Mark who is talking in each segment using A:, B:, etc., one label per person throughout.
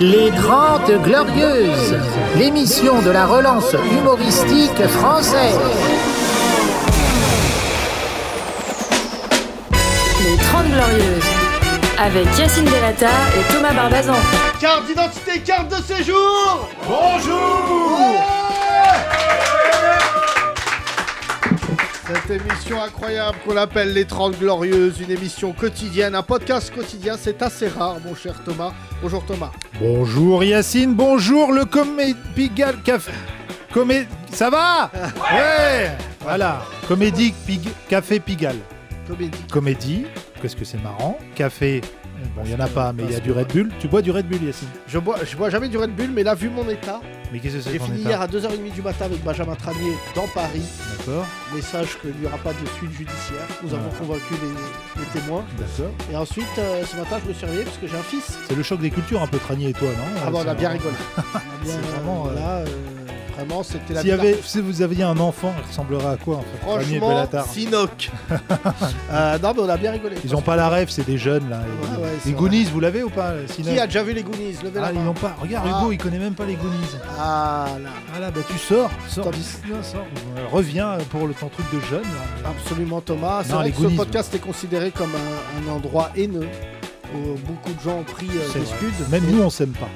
A: Les 30 Glorieuses, l'émission de la relance humoristique française.
B: Les 30 Glorieuses, avec Yacine Delata et Thomas Barbazan.
C: Carte d'identité, carte de séjour
D: Bonjour
C: Cette émission incroyable qu'on appelle les 30 Glorieuses, une émission quotidienne, un podcast quotidien, c'est assez rare, mon cher Thomas. Bonjour Thomas.
D: Bonjour Yacine, bonjour le Comedy Café. Comé... Ça va Ouais Voilà, Comédie Pig- Café Pigalle.
C: Comédie.
D: Comédie, qu'est-ce que c'est marrant. Café, euh, bon, il n'y en a pas, mais il y a du Red Bull. Tu bois du Red Bull, Yacine
C: Je bois, je bois jamais du Red Bull, mais là, vu mon état,
D: Mais qu'est-ce que c'est
C: j'ai
D: qu'on
C: fini
D: est
C: hier
D: pas
C: à 2h30 du matin avec Benjamin Tranier dans Paris.
D: D'accord,
C: Message qu'il n'y aura pas de suite judiciaire. Nous avons
D: Ah.
C: convaincu les, les témoins.
D: d'accord.
C: Et ensuite, euh, ce matin, je me suis réveillé parce que j'ai un fils.
D: C'est le choc des cultures un peu Tranier et toi, non
C: Ah bah, on a
D: C'est-
C: bien rigolé. On a bien,
D: C'est
C: euh,
D: vraiment, euh,
C: voilà, euh, vraiment, c'était la
D: S'il y
C: vie
D: avait, si vous aviez un enfant, il ressemblerait à quoi en fait Tranier et
C: Franchement,
D: Bellatar.
C: Sinoc. Euh, non, mais on a bien rigolé.
D: Ils ont pas la rêve, c'est des jeunes là.
C: Ouais, ouais, c'est
D: les Goonies, vous l'avez ou pas Sina
C: Qui a déjà vu les Goonies Levez
D: Ah,
C: la
D: ils
C: main.
D: l'ont pas. Regarde,
C: Ah.
D: Hugo, il connaît même pas les Goonies.
C: Ah là,
D: Ah là, bah tu sors, sors,
C: Stop.
D: d'ici, non, sors. Euh, reviens pour le ton truc de jeune.
C: Ah,
D: là.
C: absolument Thomas. C'est
D: Non,
C: vrai
D: les
C: que
D: Goonies,
C: ce podcast est considéré comme un, un endroit haineux où beaucoup de gens ont pris euh,
D: C'est
C: des
D: vrai.
C: scuds.
D: Même
C: Et-
D: nous, on s'aime pas.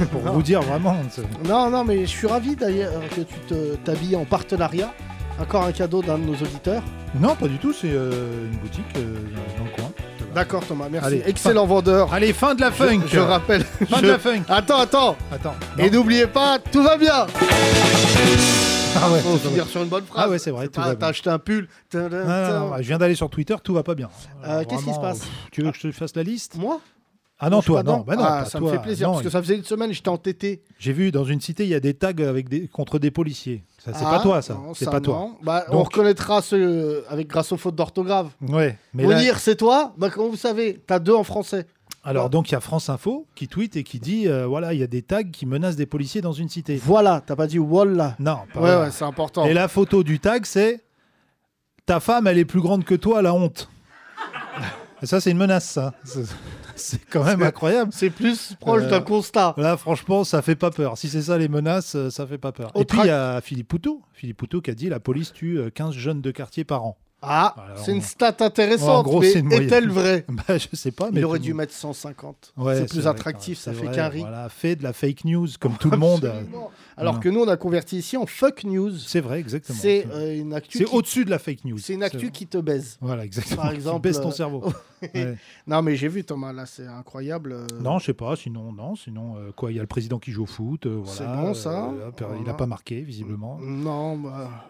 D: Euh, pour
C: Non.
D: vous dire vraiment, on s'aime.
C: Non, non, mais je suis ravi d'ailleurs que tu te- t'habilles en partenariat. Encore un cadeau d'un de nos auditeurs.
D: non, pas du tout. C'est euh, une boutique euh, dans le coin.
C: D'accord Thomas, merci.
D: Allez.
C: Excellent vendeur.
D: Allez, fin de la funk.
C: Je, je rappelle.
D: Fin
C: je-
D: de la funk.
C: Attends, attends.
D: Attends.
C: Et n'oubliez pas, tout va bien.
D: Ah ouais.
C: Faut
D: c'est
C: finir sur une bonne phrase.
D: Ah ouais, c'est vrai, tout
C: pas,
D: va bien.
C: T'as acheté un pull.
D: vrai. Non, non, bah, non, je viens d'aller sur Twitter, tout va pas bien.
C: Euh, Qu'est-ce qui se
D: Vraiment,
C: passe
D: pff, Tu veux que je te fasse la liste
C: Moi
D: Ah non,
C: Je suis
D: toi,
C: pas
D: non.
C: dedans.
D: Bah non,
C: Ah,
D: pas
C: ça
D: toi.
C: me fait plaisir
D: Non,
C: parce que ça faisait une semaine, j'étais entêté.
D: J'ai vu dans une cité, il y a des tags avec des contre des policiers. Ça, c'est
C: Ah,
D: pas toi, ça.
C: non,
D: C'est pas toi.
C: non. Bah, on
D: Donc-
C: reconnaîtra ce euh, avec grâce aux fautes d'orthographe.
D: Ouais. Mais
C: Vous
D: là-
C: dire c'est toi Bah comment vous savez T'as deux en français.
D: Alors
C: Ouais.
D: donc il y a France Info qui tweet et qui dit euh, voilà il y a des tags qui menacent des policiers dans une cité.
C: Voilà, t'as pas dit voilà.
D: Non. Pas
C: Ouais
D: vrai.
C: ouais, c'est important.
D: et la photo du tag c'est ta femme elle est plus grande que toi la honte. et ça c'est une menace ça. C'est- C'est quand même incroyable.
C: C'est plus proche
D: Euh,
C: d'un constat.
D: Là, franchement, ça fait pas peur. Si c'est ça les menaces, euh, ça fait pas peur.
C: Au
D: Et puis
C: trac-
D: il y a Philippe Poutou, Philippe Poutou qui a dit la police tue euh, 15 jeunes de quartier par an.
C: Ah,
D: Alors,
C: c'est
D: on-
C: une stat intéressante,
D: en gros,
C: mais
D: c'est une moyenne.
C: est-elle vraie
D: bah, je sais pas, mais
C: Il aurait
D: tout
C: dû
D: le monde-
C: mettre 150.
D: Ouais,
C: c'est plus
D: vrai,
C: attractif,
D: quand
C: ça
D: même,
C: fait
D: c'est
C: qu'un
D: vrai.
C: riz.
D: Voilà, fait de la fake news comme tout le monde.
C: Absolument. Alors
D: non.
C: que nous on a converti ici en fuck news.
D: C'est vrai, exactement.
C: C'est euh, une actu
D: C'est
C: qui-
D: au-dessus de la fake news.
C: c'est une actu qui te baise.
D: Voilà, exactement.
C: Par
D: Qui
C: exemple,
D: baisse ton
C: euh,
D: cerveau. Ouais.
C: Non mais j'ai vu Thomas là, c'est incroyable. euh,
D: Non, je sais pas. Sinon, non. Sinon, euh, quoi Il y a le président qui joue au foot. euh, voilà,
C: C'est bon, ça.
D: euh, hop, Il
C: Voilà.
D: n'a pas marqué, visiblement.
C: Non, bah.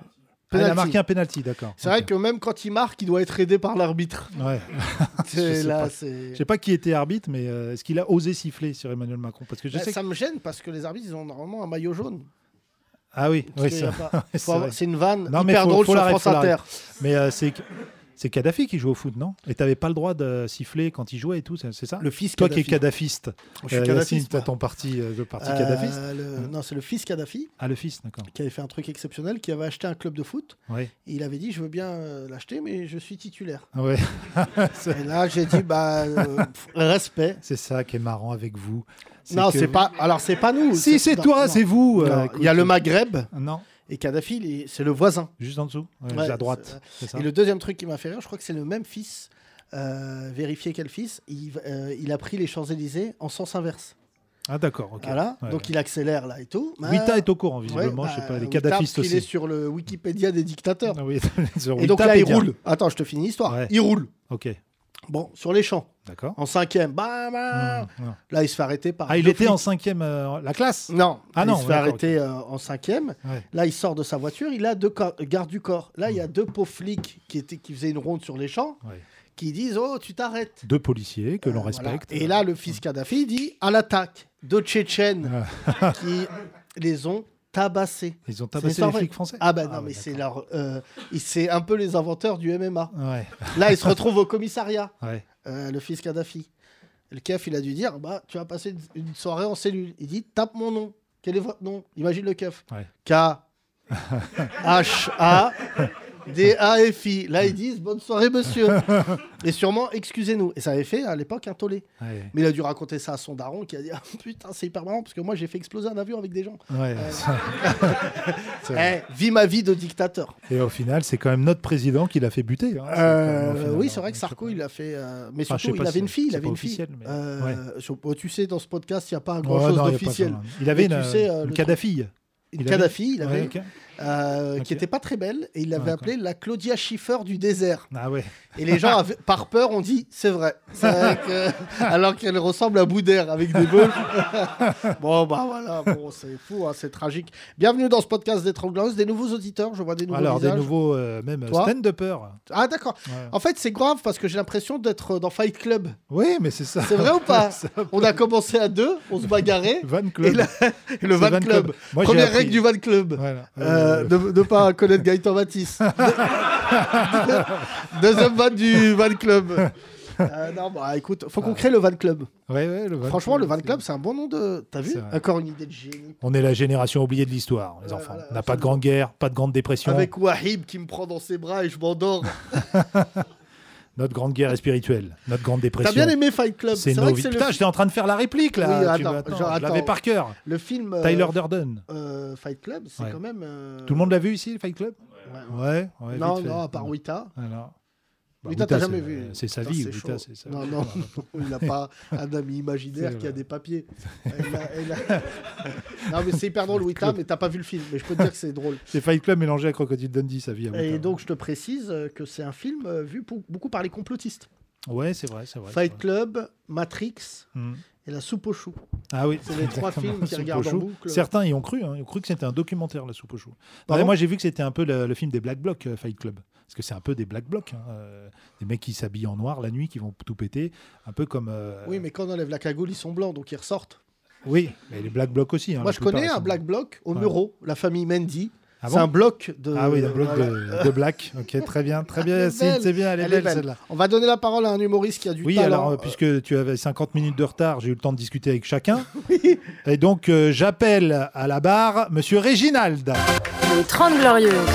D: Ah, il a
C: penalty.
D: marqué un penalty, d'accord.
C: C'est
D: Ok.
C: vrai que même quand il marque, il doit être aidé par l'arbitre.
D: Ouais. Je
C: C'est
D: sais
C: là,
D: pas.
C: c'est.
D: Je sais pas qui était arbitre, mais euh, est-ce qu'il a osé siffler sur Emmanuel Macron Parce que je
C: Bah,
D: sais.
C: ça
D: que-
C: me gêne parce que les arbitres, ils ont normalement un maillot jaune.
D: Ah oui,
C: Parce
D: oui,
C: qu'il y a
D: ça-
C: pas-
D: c'est
C: faut avoir-
D: vrai.
C: C'est une vanne
D: Non, mais
C: hyper
D: faut-
C: drôle
D: faut
C: sur
D: l'arrêter,
C: France
D: faut
C: Inter.
D: Mais euh, c'est c'est Kadhafi qui joue au foot, non Et t'avais pas le droit de siffler quand il jouait et tout, c'est c'est ça
C: Le fils
D: Toi qui
C: Kadhafi.
D: es kadhafiste,
C: Je suis
D: euh,
C: kadhafiste,
D: Yacine, t'as
C: moi.
D: ton parti, euh, le parti
C: Euh,
D: kadhafiste.
C: le- Non, c'est le fils Kadhafi
D: Ah, le fils, d'accord.
C: qui avait fait un truc exceptionnel, qui avait acheté un club de foot.
D: Ouais.
C: Et il avait dit Je veux bien euh, l'acheter, mais je suis titulaire.
D: Ah ouais.
C: Et là, j'ai dit Bah, euh, pff, respect.
D: C'est ça qui est marrant avec vous.
C: Non,
D: que-
C: c'est pas. Alors, c'est pas nous.
D: Si, c'est
C: non,
D: toi,
C: non.
D: c'est vous. euh,
C: Non, Il y a
D: écoute.
C: le Maghreb
D: Non,
C: et Kadhafi, il est- c'est le voisin.
D: juste en dessous, ouais,
C: Ouais, euh,
D: à droite. C'est ça.
C: Et le deuxième truc qui m'a fait rire, je crois que c'est le même fils. Euh, vérifier quel fils. Il, va- euh, il a pris les Champs-Élysées en sens inverse.
D: Ah d'accord, ok.
C: Voilà.
D: Ouais,
C: Donc
D: ouais.
C: il accélère là et tout. Bah,
D: Wita est au courant,
C: ouais,
D: visiblement. je sais
C: bah,
D: pas, les
C: Wita,
D: kadhafistes
C: parce qu'il est
D: aussi.
C: sur le Wikipédia des dictateurs.
D: Ah oui, sur
C: Et donc
D: Wita
C: là, il
D: Pédia.
C: roule. Attends, je te finis l'histoire.
D: Ouais.
C: Il roule.
D: Ok,
C: Bon, sur les champs.
D: d'accord.
C: En cinquième. Bam, bam.
D: Mmh, ouais.
C: Là, il se fait arrêter par.
D: Ah, il
C: deux
D: était en
C: flics.
D: cinquième, euh, la classe
C: Non.
D: Ah non,
C: Il se fait
D: d'accord,
C: arrêter euh, en cinquième.
D: Ouais. Hmm.
C: Là, il sort de sa voiture. Il a deux co- gardes du corps. Là, il y a deux pauvres flics qui, étaient, qui faisaient une ronde sur les champs
D: Ouais.
C: qui disent Oh, tu t'arrêtes.
D: Deux policiers que l'on
C: Euh, voilà.
D: respecte.
C: Et là, le fils Kadhafi dit à l'attaque. Deux Tchétchènes
D: Ah.
C: qui les ont tabassés.
D: Ils ont
C: C'est
D: tabassé
C: une
D: les
C: histoire
D: flics
C: vraie.
D: français.
C: Ah ben non,
D: ouais,
C: mais c'est leur, euh, il- c'est un peu les inventeurs du MMA.
D: d'accord. Ouais,
C: Là, ils se retrouvent au commissariat,
D: ouais.
C: euh, le fils Kadhafi. Le kef, il a dû dire, bah, tu vas passer une- une soirée en cellule. Il dit, tape mon nom. Quel est votre nom Imagine le kef.
D: Ouais.
C: K H A des AFI. Là, ils disent bonne soirée, monsieur. Et sûrement, excusez-nous. Et ça avait fait à l'époque un tollé.
D: Ouais.
C: Mais il a dû raconter ça à son daron qui a dit Ah, Putain, c'est hyper marrant parce que moi j'ai fait exploser un avion avec des gens.
D: Ouais.
C: Euh. Eh, vis ma vie de dictateur.
D: Et au final, c'est quand même notre président qui l'a fait buter. hein. C'est quand même, au
C: Euh,
D: final,
C: oui,
D: hein.
C: c'est vrai que Sarko, il a fait. euh, mais
D: Enfin, je sais
C: surtout, il
D: pas si-
C: avait une fille. Il
D: c'est
C: avait
D: pas
C: une fille.
D: officiel, mais-
C: Euh, sur- oh, tu sais, dans ce podcast, il n'y a pas
D: Ouais, non,
C: grand-chose
D: y a pas
C: d'officiel.
D: grand- Il avait
C: Mais tu
D: une,
C: sais, euh,
D: une
C: le truc-
D: Kadhafi. Il
C: Une
D: avait-
C: Kadhafi, il
D: Ouais,
C: avait,
D: ok.
C: euh, qui
D: Ok.
C: n'était pas très belle, et il l'avait
D: Ouais,
C: appelée la Claudia Schiffer du désert.
D: Ah ouais.
C: Et les gens, avaient- par peur, ont dit c'est vrai. C'est vrai que- alors qu'elle ressemble à Boudère avec des boules. bon, bah voilà, bon, c'est fou, hein, c'est tragique. Bienvenue dans ce podcast des Tranglaus, des nouveaux auditeurs, je vois des nouveaux
D: Alors, des
C: visages.
D: nouveaux, euh, même
C: Toi
D: stand-uppers.
C: Ah d'accord.
D: Ouais.
C: En fait, c'est grave parce que j'ai l'impression d'être dans Fight Club.
D: Oui, mais c'est ça.
C: C'est vrai ou pas
D: Ça-
C: On a commencé à deux, on se bagarrait.
D: Van Club.
C: Et la- Et le
D: C'est
C: Van Club.
D: Moi, j'ai
C: Première
D: appris-
C: règle du Van Club.
D: Voilà.
C: Euh,
D: Euh,
C: ne, ne pas connaître Gaëtan Matisse. Deux- Deuxième van du Van Club. Euh, non, bah écoute, faut qu'on crée le Van Club.
D: ouais, ouais, le Van
C: Franchement, le Van
D: c'est-
C: Club, c'est un bon nom de. T'as vu
D: C'est vrai.
C: Encore une idée de génie.
D: On est la génération oubliée de l'histoire, les
C: Ouais,
D: enfants.
C: voilà,
D: On n'a pas de grande guerre, pas de grande dépression.
C: Avec Wahib qui me prend dans ses bras et je m'endors.
D: Notre grande guerre est spirituelle. Notre grande
C: T'as
D: dépression.
C: bien aimé Fight Club
D: C'est
C: vrai
D: nos
C: que
D: vies.
C: c'est le,
D: Putain, j'étais en train de faire la réplique là.
C: Oui,
D: Tu
C: attends,
D: veux- attends,
C: genre,
D: je l'avais
C: attends.
D: par cœur.
C: le film euh,
D: Tyler Durden.
C: euh, Fight Club, c'est
D: Ouais.
C: quand même. euh,
D: Tout le monde l'a vu ici, le Fight Club
C: ouais, ouais.
D: Ouais. ouais,
C: non,
D: vite fait.
C: non, à part Wita.
D: Alors. Bah,
C: Wita, t'as
D: Wita,
C: jamais
D: c'est-
C: vu.
D: C'est sa
C: Putain,
D: vie,
C: c'est
D: Wita,
C: chaud.
D: c'est sa
C: Non, non, il n'a pas un ami imaginaire
D: C'est
C: qui a
D: vrai.
C: des papiers. Elle a- elle a- non, mais c'est hyper drôle, Wita, mais t'as pas vu le film. Mais je peux te dire que c'est drôle.
D: C'est Fight Club mélangé à Crocodile Dundee, sa vie. à Wita.
C: Et donc, je te précise euh, que c'est un film euh, vu pour- beaucoup par les complotistes.
D: Ouais, c'est vrai, c'est vrai.
C: Fight
D: c'est vrai.
C: Club, Matrix
D: Hmm.
C: et La Soupe aux Choux.
D: Ah oui.
C: C'est les trois
D: exactement,
C: films qui
D: Soupe aux
C: regardent en
D: choux.
C: boucle.
D: Certains y ont cru, hein, ils ont cru que c'était un documentaire, la soupe aux choux.
C: Pardon
D: Ouais, moi, j'ai vu que c'était un peu le, le film des Black Blocs, euh, Fight Club. Parce que c'est un peu des Black Blocs. hein, euh, des mecs qui s'habillent en noir la nuit, qui vont tout péter. Un peu comme. euh,
C: Oui, mais quand on enlève la cagoule, ils sont blancs, donc ils ressortent.
D: Oui, mais les Black Blocs aussi. hein,
C: Moi,
D: la
C: je
D: plupart,
C: connais
D: ils
C: un
D: sont-
C: Black Bloc au
D: Ouais.
C: Muro, la famille Mendy.
D: Ah
C: c'est
D: bon
C: un bloc de.
D: Ah oui, un bloc
C: Voilà.
D: de, de Black. Ok, très bien, très bien,
C: Elle est
D: Yacine,
C: belle.
D: c'est bien, elle est
C: Elle est
D: belle,
C: belle.
D: celle-là.
C: On va donner la parole à un humoriste qui a du
D: Oui,
C: talent.
D: alors, euh,
C: Euh,
D: puisque tu avais 50 minutes de retard, j'ai eu le temps de discuter avec chacun. Et donc, euh, j'appelle à la barre Monsieur Réginald.
B: Les 30 Glorieuses.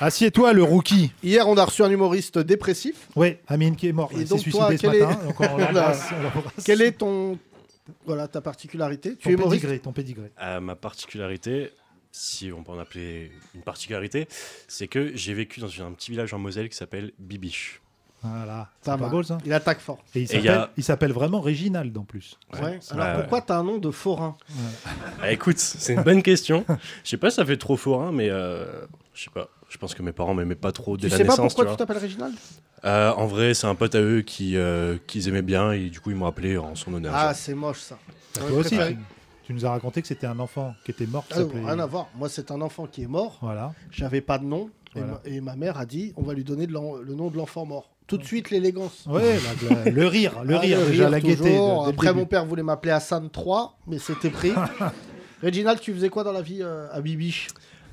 D: Assieds-toi, le rookie.
C: Hier, on a reçu un humoriste dépressif.
D: Oui, Amine qui est mort.
C: Et
D: Il s'est
C: donc,
D: suicidé
C: toi,
D: ce
C: quel est-
D: matin. donc on l'embrasse, on l'embrasse.
C: Quel est ton. Voilà, ta particularité.
D: ton
C: Tu es humoriste
D: pédigré, ton pédigré.
E: Euh, ma particularité, si on peut en appeler une particularité, c'est que j'ai vécu dans un petit village en Moselle qui s'appelle Bibiche.
D: Voilà, c'est
C: Ça
D: pas
C: marche.
D: beau, ça.
C: Il attaque fort.
D: Et il
E: Et il
D: s'appelle,
E: y a-
D: il s'appelle vraiment Réginald en plus.
E: Ouais.
C: Ouais.
E: Ça-
C: Alors pourquoi t'as un nom de forain
E: Ah, Écoute, c'est une bonne question. Je sais pas, ça fait trop forain, mais euh, je sais pas. Je pense que mes parents m'aimaient pas trop dès
C: Tu
E: la
C: sais pas
E: naissance.
C: pourquoi tu
E: tu vois.
C: t'appelles Réginald
E: Euh, en vrai, c'est un pote à eux qui euh, qu'ils aimaient bien et du coup ils m'ont appelé en son honneur.
C: Ah,
E: genre.
C: c'est moche ça.
D: Bah,
C: J'aurais
D: toi aussi,
C: préféré.
D: tu, tu nous as raconté que c'était un enfant qui était mort. qui
C: Ah non,
D: s'appelait-
C: rien à voir. Moi, c'est un enfant qui est mort.
D: Voilà.
C: J'avais pas de nom. Et,
D: Voilà.
C: ma, et ma mère a dit on va lui donner de l'en- le nom de l'enfant mort. Tout de suite, l'élégance.
D: Ouais, la- la- le rire, le
C: Ah,
D: rire, déjà la
C: toujours.
D: gaieté. de- dès le
C: Après,
D: début.
C: mon père voulait m'appeler Hassan 3, mais c'était pris. Réginald, tu faisais quoi dans la vie euh, à Bibiche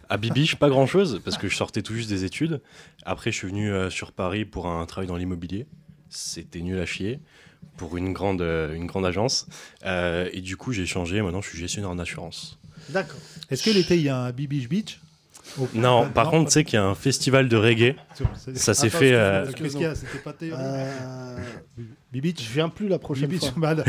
E: À Bibiche, pas grand chose parce que je sortais tout juste des études. Après, je suis venu euh, sur Paris pour un travail dans l'immobilier. C'était nul à chier pour une grande, euh, une grande agence. Euh, et du coup, j'ai changé. Maintenant, je suis gestionnaire en assurance.
C: D'accord.
D: Est-ce que l'été, il y a un Bibiche Beach Au-
E: Non,
D: Ah,
E: par contre, tu sais qu'il y a un festival de reggae.
D: c'est-
E: Ça s'est
D: Attends,
E: fait,
D: excuse-moi,
E: euh,
D: qu'est-ce qu'il y a C'était pas théorie.
C: Euh, je
D: Bibiche
C: viens plus la prochaine
D: Bibiche, bah,
C: fois.
D: non.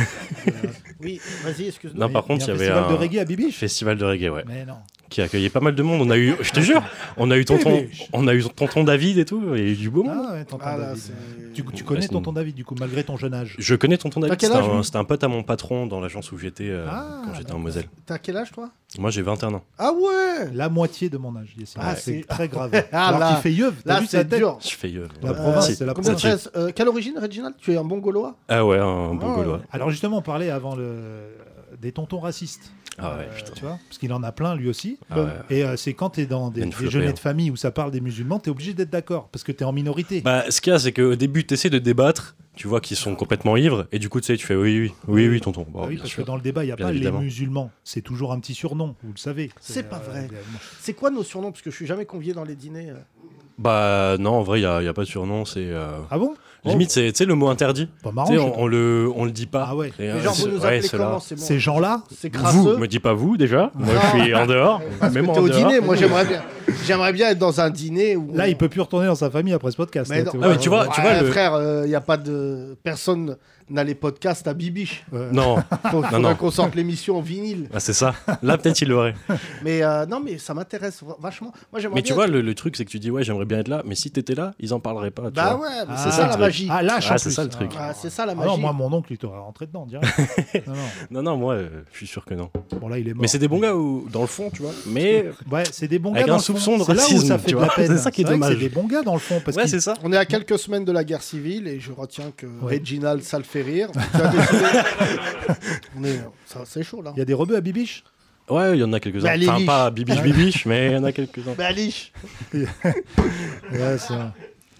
C: Oui, vas-y, excuse-moi.
E: Non, par contre, il y avait
D: festival
E: un-
D: de reggae à Bibiche.
E: Festival de reggae, ouais.
D: Mais non.
E: Qui accueillait pas mal de monde. On a eu, je te jure, on a eu tonton,
D: Bibiche.
E: on a eu tonton David et tout. Et du beau monde.
D: Ah, ouais, t'entends
C: Ah, là,
D: David.
C: c'est-
D: Tu, tu
E: Bah,
D: connais
E: c'est
D: tonton David, du coup, malgré ton jeune âge.
E: Je connais tonton David.
C: quel
E: C'était
C: âge,
E: un,
C: vous
E: c'était un pote à mon patron dans l'agence où j'étais euh,
D: Ah,
E: quand j'étais en
D: d'accord.
E: Moselle.
C: T'as quel âge, toi
E: Moi, j'ai 21 ans.
C: Ah ouais
D: La moitié de mon âge, Yacine.
C: Ah,
D: c'est
C: c'est-
D: très grave.
C: Ah,
D: Alors
C: là-
D: qu'il fait yeuve, t'as
C: Là,
D: vu
C: c'est
D: sa tête
C: dur.
E: Je fais. euh,
D: La
E: ouais.
D: province,
E: Si.
D: c'est la
C: Combien
D: province.
E: Ça
C: t'as- euh, quelle origine, Réginald Tu es un bon Gaulois
E: Ah ouais, un bon
C: Ah.
E: gaulois.
D: Alors justement, on parlait avant le... des tontons racistes.
E: Ah ouais,
D: Euh,
E: putain.
D: tu vois Parce qu'il en a plein lui aussi.
E: Ah ouais.
D: Et euh, c'est quand t'es dans des,
E: Une
D: des
E: flopée,
D: déjeuners
E: hein.
D: de famille où ça parle des musulmans, t'es obligé d'être d'accord parce que t'es en minorité.
E: Bah, ce qu'il y a, c'est qu'au début, tu essaies de débattre, tu vois qu'ils sont complètement ivres, et du coup, tu sais, tu fais oui, oui, oui, oui, tonton. Bon,
D: Ah oui,
E: bien
D: parce
E: sûr.
D: que dans le débat, il n'y a
E: Bien
D: pas
E: évidemment.
D: les musulmans. C'est toujours un petit surnom, vous le savez.
C: C'est pas vrai.
D: euh,
C: C'est quoi nos surnoms Parce que je suis jamais convié dans les dîners. euh.
E: Bah, non, en vrai, il n'y a, y a pas de surnom, c'est. euh,
D: Ah bon
C: Oh.
D: Oh,
E: Limite, c'est tu sais, le mot interdit.
D: Pas
E: Tu
C: Ah,
D: marrant.
E: sais,
D: je sais
E: on, on le, on le dit pas.
D: Ah ouais.
E: Et,
C: Mais
E: euh,
C: genre, vous
E: c'est-
C: nous
E: ouais,
C: appelez
E: cela.
C: comment C'est
D: pas.
C: bon.
D: Ces gens-là,
C: C'est
E: Vous,
C: crasseux.
E: me dis pas vous déjà. Moi, je suis en dehors.
C: Parce que
E: Même en
C: t'es au
E: dehors.
C: dîner. Moi, j'aimerais bien, j'aimerais bien être dans un dîner où.
D: là, il peut plus retourner dans sa famille après ce podcast.
C: Mais
D: là,
C: non.
E: Ah ouais, tu vois, tu vois,
C: Ouais,
E: le-
C: frère, il n'y a pas de personne n'a les podcasts à bibiche.
E: Non,
C: Faut, faudrait
E: non.
C: qu'on sorte l'émission en vinyle.
E: Ah, c'est ça. Là, peut-être il l'aurait.
C: Mais euh, non, mais ça m'intéresse v- vachement. Moi, j'aimerais
E: Mais tu
C: bien
E: vois,
C: être-
E: le, le truc, c'est que tu dis, ouais, j'aimerais bien être là, mais si t'étais là, ils en parleraient pas. tu
C: bah
E: vois.
C: ouais, mais
D: Ah,
C: c'est ça la
E: truc.
C: magie.
D: Ah, lâche
E: Ah,
D: en
E: c'est
D: plus.
E: ça, le truc.
C: Ah, c'est ça la
D: Ah
C: magie.
D: non, moi, mon oncle, il t'aurait rentré dedans, direct. non, non.
E: Non, non, moi, euh, je suis sûr que non.
D: Bon, là, il est mort.
E: Mais c'est des bons gars ou dans le fond, tu vois. Mais
D: Ouais, c'est des bons
E: Avec
D: gars.
E: un
D: dans le fond.
E: soupçon de
D: C'est là où
E: racisme,
D: ça fait
E: tu
D: de
E: vois.
D: la peine.
E: C'est ça qui est
D: vrai que
E: dommage.
D: C'est des bons gars dans le fond. Parce
E: ouais,
D: qu'ils-
E: c'est ça.
C: On est à quelques semaines de la guerre civile et je retiens que
D: Ouais.
C: Reginald, ça le fait rire. Tu as décidé- On est- ça, c'est chaud là.
D: il y a des rebeux à bibiche.
E: Ouais, il y en a quelques-uns.
C: Bah, les
E: enfin,
C: biches.
E: pas bibiche bibiche, mais il y en a quelques-uns.
C: Bah, liche.
D: Ouais, c'est un-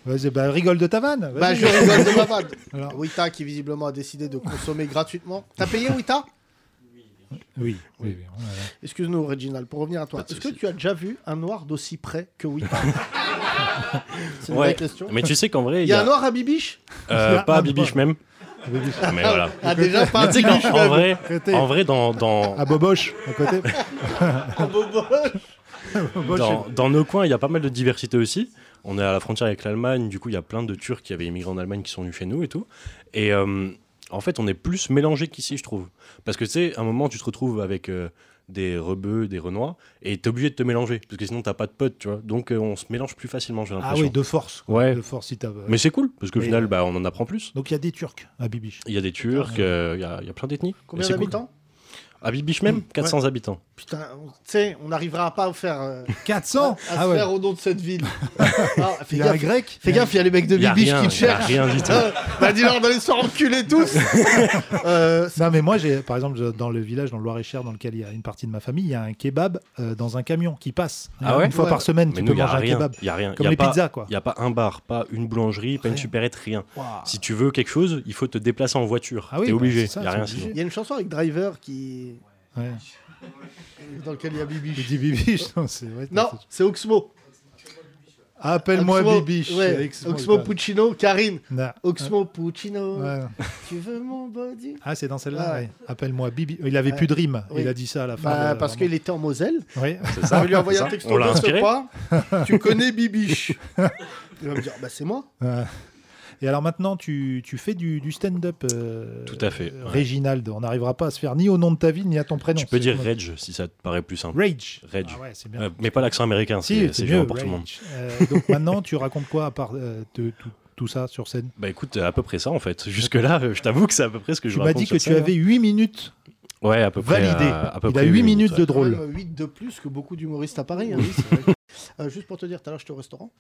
D: Vas-y, bah, rigole de ta vanne.
C: Bah,
D: Vas-y.
C: je rigole de ma vanne.
D: Alors.
C: Wita qui visiblement a décidé de consommer gratuitement. T'as payé Wita
D: Oui, oui, oui.
C: Excuse-nous, Reginald, pour revenir à toi.
E: Pas de
C: Est-ce que
E: souci.
C: tu as déjà vu un noir d'aussi près que Wita C'est une
E: Ouais.
C: vraie question.
E: Mais tu sais qu'en vrai,
C: Il y a un noir à bibiche
E: euh,
D: Il y a
E: pas
D: un
E: à bibiche même. Mais voilà.
C: Ah, déjà pas à
E: Tu sais
C: bibiche. Ah,
E: qu'en en vrai,
D: Arrêtez.
E: en vrai, dans dans
D: À
C: bah,
D: Boboche, à côté. Boboche.
E: dans, dans nos coins, il y a pas mal de diversité aussi. On est à la frontière avec l'Allemagne, du coup, il y a plein de Turcs qui avaient immigré en Allemagne qui sont venus chez nous et tout. Et euh, en fait, on est plus mélangés qu'ici, je trouve. Parce que tu sais, à un moment, tu te retrouves avec euh, des rebeux, des renois, et t'es obligé de te mélanger, parce que sinon, t'as pas de potes, tu vois. Donc, euh, on se mélange plus facilement, j'ai
D: Ah
E: l'impression.
D: oui, de force. quoi.
E: Ouais.
D: De force, si t'as-
E: Mais c'est cool, parce qu'au
D: Mais,
E: final,
D: euh,
E: bah, on en apprend plus.
D: Donc il y a des Turcs à Bibiche.
E: Il y a des Turcs, euh, il y, a- il y a plein d'ethnies. Et
C: Combien
E: c'est cool.
C: d'habitants
E: À Bibiche même, 400 habitants.
C: Putain, on- tu sais, on n'arrivera pas à faire, euh,
D: 400
C: à
D: Ah
C: se
D: ouais.
C: faire au nom de cette ville. Ah, fais
D: Il y a un
C: gaffe,
D: grec.
C: fais gaffe, il y a les mecs de
E: Il y a
C: Bibiche
E: rien,
C: qui te
E: il y a
C: cherchent.
E: rien du tout.
D: Ah,
C: Euh, bah dis-leur d'aller se faire enculer tous Euh,
D: Non mais moi j'ai par exemple je- dans le village dans le Loir-et-Cher dans lequel il y a une partie de ma famille il y a un kebab euh, dans un camion qui passe
E: Ah
D: Une
E: ouais
D: fois
C: Ouais.
D: par semaine
E: Mais
D: tu
E: nous,
D: peux
E: il n'y a
D: manger un
E: rien.
D: kebab
E: Il y a rien.
D: comme
E: Y a
D: les
E: pas-
D: pizzas quoi.
E: Il n'y a pas un bar, pas une boulangerie, pas une
D: Rien.
E: supérette, rien.
D: Waouh.
E: Si tu veux quelque chose, il faut te déplacer en voiture.
D: Ah oui,
E: T'es
D: bah,
E: obligé.
D: c'est ça,
E: y a
D: t'es
E: rien
D: obligé.
E: sinon.
C: Il y a une chanson avec Driver qui
D: Ouais.
C: dans lequel il y a Bibiche.
D: Il dit Bibiche non c'est vrai.
C: Non, c'est Oxmo.
D: Appelle-moi
C: Oxmo,
D: Bibiche.
C: ouais,
D: Oxmo,
C: Oxmo
D: ouais.
C: Puccino, Karine.
D: Non.
C: Oxmo Puccino,
D: Ouais.
C: tu veux mon body
D: Ah c'est dans celle-là.
C: Ouais.
D: ouais. Appelle-moi Bibi. Il avait plus de rime.
C: Oui.
D: Il a dit ça à la fin.
C: Bah,
D: de-
C: parce
D: euh, vraiment.
C: qu'il était en Moselle.
D: Oui.
C: On va lui envoyer
E: c'est
C: un
E: ça.
C: texto
E: On l'a
C: de ce
E: inspiré.
C: pas. Tu connais Bibiche. Il va me dire, bah c'est moi.
D: Ouais. Et alors maintenant, tu, tu fais du, du stand-up. euh,
E: Tout à fait, ouais.
D: Réginald, on n'arrivera pas à se faire ni au nom de ta ville ni à ton prénom.
E: Tu
D: Ah
E: peux
D: C'est
E: dire
D: comme-
E: Rage si ça te paraît plus simple.
D: Rage.
E: Rage.
D: Ah ouais, c'est bien.
E: Euh, mais pas l'accent américain,
D: si,
E: c'est
D: c'est
E: c'est
D: mieux.
E: gênant pour tout le monde.
D: Rage. Euh, donc maintenant, tu racontes quoi à part euh, te- tout, tout ça sur scène
E: Bah écoute, à peu près ça en fait. Jusque-là, euh, je t'avoue que c'est à peu près ce que je
D: Tu m'as
E: raconte.
D: dit
E: sur
D: que tu
E: scène.
D: avais 8 minutes
E: Ouais, à peu près.
D: validées.
E: euh, à peu
D: Il a
E: près
D: 8
E: huit
D: minutes de
E: ouais.
D: drôle.
C: Même 8 de plus que beaucoup d'humoristes à Paris. hein, oui, c'est vrai. Euh, juste pour te dire, tout à l'heure j'étais au restaurant.